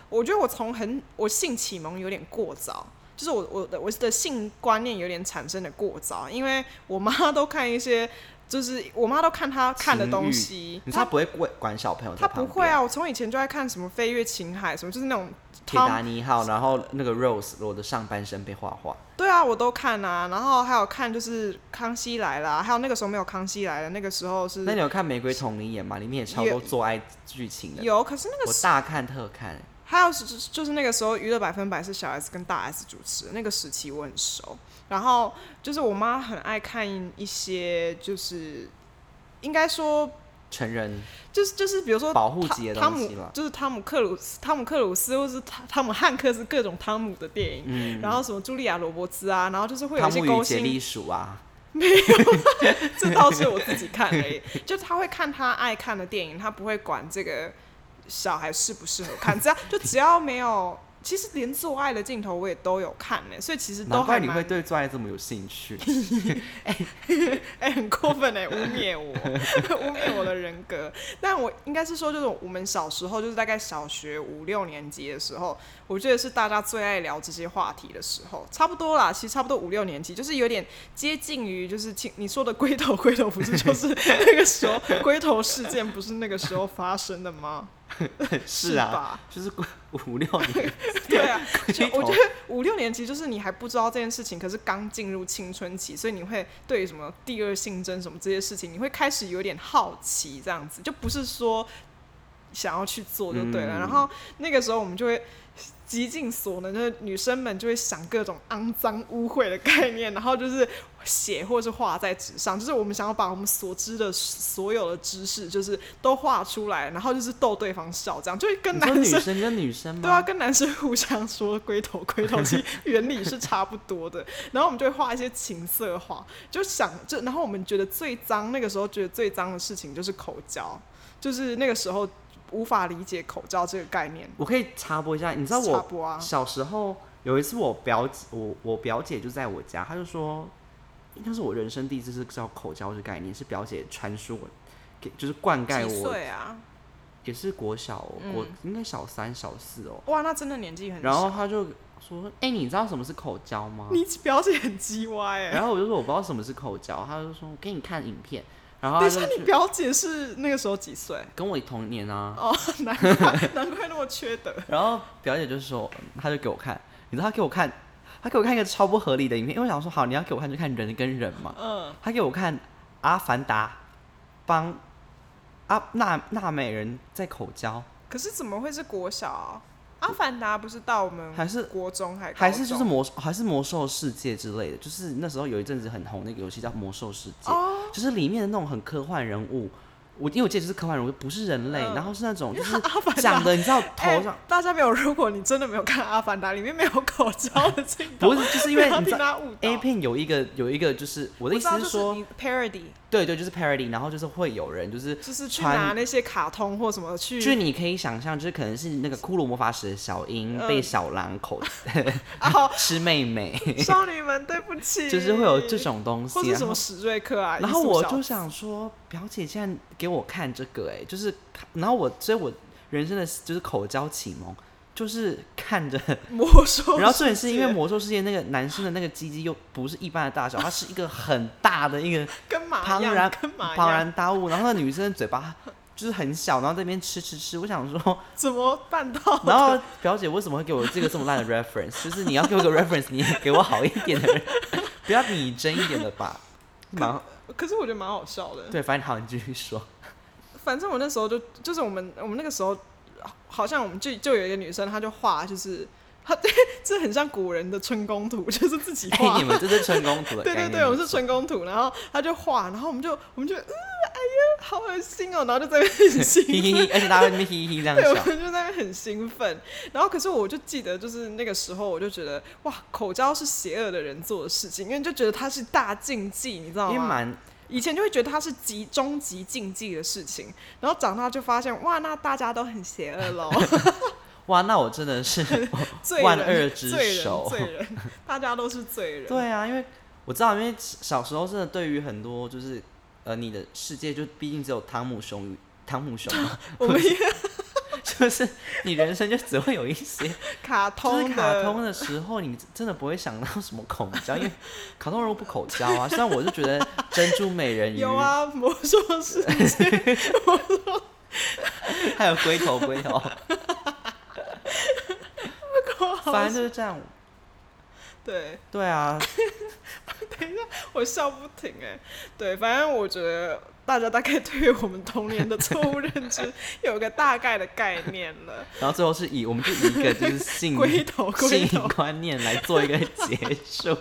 [SPEAKER 1] 我觉得我从很我性启蒙有点过早，就是我我的我的性观念有点产生的过早，因为我妈都看一些，就是我妈都看她看的
[SPEAKER 2] 情
[SPEAKER 1] 东
[SPEAKER 2] 欲
[SPEAKER 1] 西
[SPEAKER 2] 你，知
[SPEAKER 1] 她
[SPEAKER 2] 道他不会管管小朋友
[SPEAKER 1] 她
[SPEAKER 2] 在
[SPEAKER 1] 不
[SPEAKER 2] 旁边，
[SPEAKER 1] 会啊，我从以前就爱看什么《飞越情海》什么，就是那种
[SPEAKER 2] 铁
[SPEAKER 1] Tom
[SPEAKER 2] 达尼号，然后那个 Rose 我的上半身被画画，
[SPEAKER 1] 对啊，我都看啊，然后还有看就是《康熙来了》，啊还有那个时候没有《康熙来了》，那个时候是
[SPEAKER 2] 那你有看《玫瑰童林演》吗？里面也超
[SPEAKER 1] 有
[SPEAKER 2] 多做爱剧情的，
[SPEAKER 1] 有，可是那个
[SPEAKER 2] 我大看特看，
[SPEAKER 1] 还有是就是就是那个时候娱乐百分百是小 S 跟大 S 主持的那个时期我很熟，然后就是我妈很爱看一些就是应该说
[SPEAKER 2] 成人
[SPEAKER 1] 就是就是比如说
[SPEAKER 2] 保护
[SPEAKER 1] 哦汤
[SPEAKER 2] 级的
[SPEAKER 1] 汤
[SPEAKER 2] 东
[SPEAKER 1] 姆
[SPEAKER 2] 西了，
[SPEAKER 1] 就是汤姆克鲁斯汤姆克鲁斯或是汤汤姆汉克斯各种汤姆的电影，
[SPEAKER 2] 嗯，
[SPEAKER 1] 然后什么茱莉亚罗伯兹啊，然后就是会有
[SPEAKER 2] 汤
[SPEAKER 1] 一些
[SPEAKER 2] 姆
[SPEAKER 1] 勾
[SPEAKER 2] 与杰
[SPEAKER 1] 心
[SPEAKER 2] 利鼠啊，
[SPEAKER 1] 这倒是我自己看而已，就他会看他爱看的电影，他不会管这个小孩适不适合看，只要就只要没有，其实连做爱的镜头我也都有看呢、所以其实都
[SPEAKER 2] 难
[SPEAKER 1] 还
[SPEAKER 2] 怪你
[SPEAKER 1] 蛮
[SPEAKER 2] 会对做爱这么有兴
[SPEAKER 1] [LAUGHS]
[SPEAKER 2] 趣。
[SPEAKER 1] 哎、很过分哎、污蔑我， [LAUGHS] 污蔑我的人格。但我应该是说，就是我们小时候，就是大概小学五六年级的时候，我觉得是大家最爱聊这些话题的时候，差不多啦。其实差不多五六年级，就是有点接近于就是亲你说的龟头， [LAUGHS] 龟头不是就是那个时候龟头事件不是那个时候发生的吗？
[SPEAKER 2] [LAUGHS] 是啊，
[SPEAKER 1] 吧？ [LAUGHS]
[SPEAKER 2] 就是过五六年，
[SPEAKER 1] 对啊，就 [LAUGHS]
[SPEAKER 2] 龟
[SPEAKER 1] 我
[SPEAKER 2] 头
[SPEAKER 1] 觉得五六年级就是你还不知道这件事情，可是刚进入青春期，所以你会对于什么第二性征什么这些事情，你会开始有点好奇，这样子就不是说想要去做就对了。
[SPEAKER 2] 嗯
[SPEAKER 1] 然后那个时候我们就会极尽所能，就是女生们就会想各种肮脏污秽的概念，然后就是写或是画在纸上，就是我们想要把我们所知的所有的知识，就是都画出来，然后就是逗对方笑，这样就会跟
[SPEAKER 2] 你
[SPEAKER 1] 男
[SPEAKER 2] 说女
[SPEAKER 1] 生
[SPEAKER 2] 生跟女生吗？
[SPEAKER 1] 对啊，跟男生互相说龟头龟头，其实原理是差不多的。 [LAUGHS] 然后我们就会画一些情色画，就想就然后我们觉得最脏，那个时候觉得最脏的事情就是口交，就是那个时候无法理解口交这个概念。
[SPEAKER 2] 我可以插播一下，你
[SPEAKER 1] 你
[SPEAKER 2] 知道
[SPEAKER 1] 插
[SPEAKER 2] 我
[SPEAKER 1] 播啊？
[SPEAKER 2] 小时候有一次，我表姐我我表姐就在我家，她就说，应该是我人生第一次是叫口交这概念，是表姐传输我，给就是灌溉
[SPEAKER 1] 几
[SPEAKER 2] 我，
[SPEAKER 1] 岁啊？
[SPEAKER 2] 也是国小哦、
[SPEAKER 1] 嗯
[SPEAKER 2] 国应该小三小四哦、
[SPEAKER 1] 哇，那真的年纪很小。
[SPEAKER 2] 然后她就说，哎、你知道什么是口交吗？
[SPEAKER 1] [LAUGHS] 你表姐很鸡歪哎、
[SPEAKER 2] 然后我就说我不知道什么是口交，她就说我给你看影片，然后
[SPEAKER 1] 等一
[SPEAKER 2] 她就
[SPEAKER 1] 下，你
[SPEAKER 2] 去
[SPEAKER 1] 表姐是那个时候几岁？
[SPEAKER 2] 跟我同年啊，
[SPEAKER 1] 哦，难
[SPEAKER 2] [LAUGHS]
[SPEAKER 1] 怪难怪那么缺德。
[SPEAKER 2] 然后表姐就说，她就给我看，你知道她给我看，她给我看一个超不合理的影片，因为我想说，好，你要给我看就看人跟人嘛。
[SPEAKER 1] 嗯，
[SPEAKER 2] 她给我看《阿凡达》帮阿纳纳美人在口交，
[SPEAKER 1] 可是怎么会是国小啊、阿凡达不是到我们
[SPEAKER 2] 还是
[SPEAKER 1] 国中还高
[SPEAKER 2] 还是就是
[SPEAKER 1] 中
[SPEAKER 2] 魔还是魔兽世界之类的，就是那时候有一阵子很红那个游戏叫《魔兽世界》
[SPEAKER 1] 哦，
[SPEAKER 2] 就是里面的那种很科幻人物。我因为我记得就是科幻人物，不是人类，
[SPEAKER 1] 嗯
[SPEAKER 2] 然后是那种就是
[SPEAKER 1] 阿凡达
[SPEAKER 2] 长得你知道
[SPEAKER 1] 哎
[SPEAKER 2] 头上、
[SPEAKER 1] 大家没有，如果你真的没有看《阿凡达》，里面没有口罩的镜头，
[SPEAKER 2] 不是，就是因为
[SPEAKER 1] 不要
[SPEAKER 2] 你知
[SPEAKER 1] 被
[SPEAKER 2] 道
[SPEAKER 1] 他误导。
[SPEAKER 2] A 片有一个有一个就是我
[SPEAKER 1] 我
[SPEAKER 2] 的意思
[SPEAKER 1] 知道
[SPEAKER 2] 是
[SPEAKER 1] 就
[SPEAKER 2] 说，
[SPEAKER 1] 你 parody
[SPEAKER 2] 对对，就是 parody，然后就是会有人就是，
[SPEAKER 1] 就是去
[SPEAKER 2] 穿
[SPEAKER 1] 拿那些卡通或什么去 [LAUGHS]
[SPEAKER 2] 就是你可以想象，就是可能是那个骷髅魔法使的小樱
[SPEAKER 1] 嗯
[SPEAKER 2] 被小狼口 [LAUGHS]
[SPEAKER 1] 然后
[SPEAKER 2] 吃妹妹，
[SPEAKER 1] 啊少女们对不起，
[SPEAKER 2] 就是会有这，种东西啊
[SPEAKER 1] 或。是
[SPEAKER 2] 然
[SPEAKER 1] 什么
[SPEAKER 2] 后，
[SPEAKER 1] 史瑞克啊，
[SPEAKER 2] 然后我就
[SPEAKER 1] 艺术小
[SPEAKER 2] 想说，表姐竟然给我看这个、哎，就是，然后我，所以我人生的就是口交启蒙，就是看着，
[SPEAKER 1] 子魔术，
[SPEAKER 2] 然后重点是因为魔兽世界那个男生的那个鸡鸡又不是一般的大小，它是一个很大的
[SPEAKER 1] [LAUGHS]
[SPEAKER 2] 一个
[SPEAKER 1] 跟马
[SPEAKER 2] 庞
[SPEAKER 1] 一样
[SPEAKER 2] 然
[SPEAKER 1] 跟马一
[SPEAKER 2] 庞
[SPEAKER 1] 样，
[SPEAKER 2] 然大物，然后那女生的嘴巴就是很小，然后在那边吃吃吃，我想说。
[SPEAKER 1] 怎么办 [LAUGHS] 到的？
[SPEAKER 2] 然后表姐为什么会给我这个这么烂的 reference？就是
[SPEAKER 1] [LAUGHS]
[SPEAKER 2] 你要给我个 reference，你也给我好一点的，不要拟真一点的吧。蛮
[SPEAKER 1] 可是我觉得蛮好笑的。
[SPEAKER 2] 对，反正好，你继
[SPEAKER 1] [LAUGHS]
[SPEAKER 2] 续说。
[SPEAKER 1] 反正我那时候就就是我们我们那个时候，好像我们就就有一个女生，她就画就是她 [LAUGHS] 这很像古人的春宫图， [LAUGHS] 就是自己
[SPEAKER 2] 哎、
[SPEAKER 1] 画。
[SPEAKER 2] 你们哎这是春宫图的
[SPEAKER 1] 对
[SPEAKER 2] 概
[SPEAKER 1] 对
[SPEAKER 2] 念
[SPEAKER 1] 对，我们
[SPEAKER 2] 没
[SPEAKER 1] 是
[SPEAKER 2] 错
[SPEAKER 1] 春宫图，然后她就画，然后我们就我们就嗯，哎呀，好恶心哦、然后就在那边很兴
[SPEAKER 2] 嘿嘿
[SPEAKER 1] 奋。
[SPEAKER 2] 嘿，而且大家会在那边嘿嘿嘿这
[SPEAKER 1] [LAUGHS]
[SPEAKER 2] 样
[SPEAKER 1] 对，我
[SPEAKER 2] 笑，
[SPEAKER 1] 们就在那边很兴奋，然后可是我就记得，就是那个时候，我就觉得哇，口交是邪恶的人做的事情，因为就觉得它是大禁忌，你知道
[SPEAKER 2] 因为
[SPEAKER 1] 吗？
[SPEAKER 2] 蛮
[SPEAKER 1] 以前就会觉得它是极终极禁忌的事情，然后长大就发现哇，那大家都很邪恶
[SPEAKER 2] [LAUGHS]
[SPEAKER 1] 喽，
[SPEAKER 2] 哇，那我真的是 [LAUGHS]
[SPEAKER 1] 罪人
[SPEAKER 2] 万恶之
[SPEAKER 1] 罪人
[SPEAKER 2] 首
[SPEAKER 1] 罪人，大家都是罪人。
[SPEAKER 2] 对啊，因为我知道，因为小时候真的对于很多就是呃，你的世界就毕竟只有汤姆熊与汤姆熊嘛， [LAUGHS]
[SPEAKER 1] 我们也
[SPEAKER 2] 就是你人生就只会有一些，
[SPEAKER 1] 卡
[SPEAKER 2] 就
[SPEAKER 1] 通
[SPEAKER 2] 是
[SPEAKER 1] 的，
[SPEAKER 2] 卡通的时候，你真的不会想到什么口交，因为卡通人物不口交啊。虽然我就觉得珍珠美人鱼，
[SPEAKER 1] [LAUGHS] 有啊，魔术师
[SPEAKER 2] 还有龟头
[SPEAKER 1] [LAUGHS]
[SPEAKER 2] 龟头，
[SPEAKER 1] 狗好
[SPEAKER 2] 反正就是这样。
[SPEAKER 1] [LAUGHS] 对
[SPEAKER 2] 对啊，
[SPEAKER 1] 我笑不停哎、对，反正我觉得大家大概对于我们童年的错误认知有个大概的概念了。 [LAUGHS]
[SPEAKER 2] 然后最后是以我们就以一个就是性
[SPEAKER 1] 龟头，龟
[SPEAKER 2] 性
[SPEAKER 1] 头，
[SPEAKER 2] 观念来做一个结
[SPEAKER 1] [LAUGHS]
[SPEAKER 2] 束。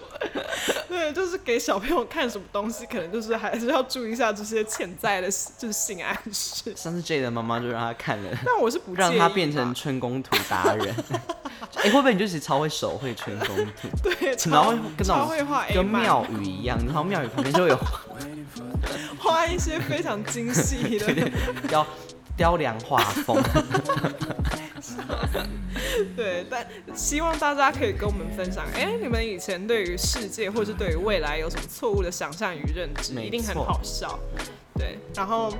[SPEAKER 1] 对，就是给小朋友看什么东西，可能就是还是要注意一下这些潜在的就是性暗示。
[SPEAKER 2] 上次 J 的妈妈就让他看了。
[SPEAKER 1] 但我是不
[SPEAKER 2] 让
[SPEAKER 1] 介
[SPEAKER 2] 他
[SPEAKER 1] 意
[SPEAKER 2] 变成
[SPEAKER 1] 啦
[SPEAKER 2] 春宫图达人。 [LAUGHS] 哎、会不会你就其实超会手绘春宫图， [LAUGHS]
[SPEAKER 1] 对，
[SPEAKER 2] 然
[SPEAKER 1] 超
[SPEAKER 2] 后会跟那
[SPEAKER 1] 超会
[SPEAKER 2] 种
[SPEAKER 1] 画 A
[SPEAKER 2] 跟
[SPEAKER 1] 漫
[SPEAKER 2] 庙宇一样，然后庙宇旁边就有
[SPEAKER 1] 画一些非常精细的，
[SPEAKER 2] [LAUGHS] 雕雕梁画
[SPEAKER 1] [LAUGHS]
[SPEAKER 2] 凤。
[SPEAKER 1] 对，但希望大家可以跟我们分享，哎、你们以前对于世界或是对于未来有什么错误的想象与认知，
[SPEAKER 2] 没
[SPEAKER 1] 一定很
[SPEAKER 2] 错
[SPEAKER 1] 好笑。对，然后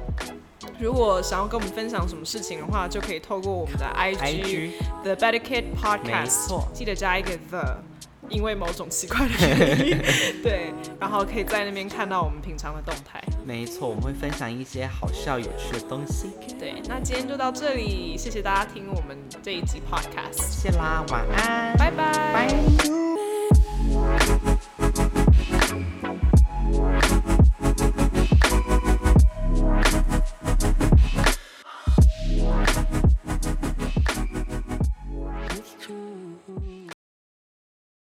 [SPEAKER 1] 如果想要跟我们分享什么事情的话，就可以透过我们的
[SPEAKER 2] IG
[SPEAKER 1] The Better Kid
[SPEAKER 2] 没
[SPEAKER 1] Podcast，
[SPEAKER 2] 错
[SPEAKER 1] 记得加一个 the，因为某种奇怪的原因，
[SPEAKER 2] [LAUGHS]
[SPEAKER 1] 对，然后可以在那边看到我们平常的动态。
[SPEAKER 2] 没错，我们会分享一些好笑有趣的东西。
[SPEAKER 1] 对，那今天就到这里，谢谢大家听我们这一集 podcast，
[SPEAKER 2] 谢啦，晚安，
[SPEAKER 1] 拜拜。
[SPEAKER 2] 拜。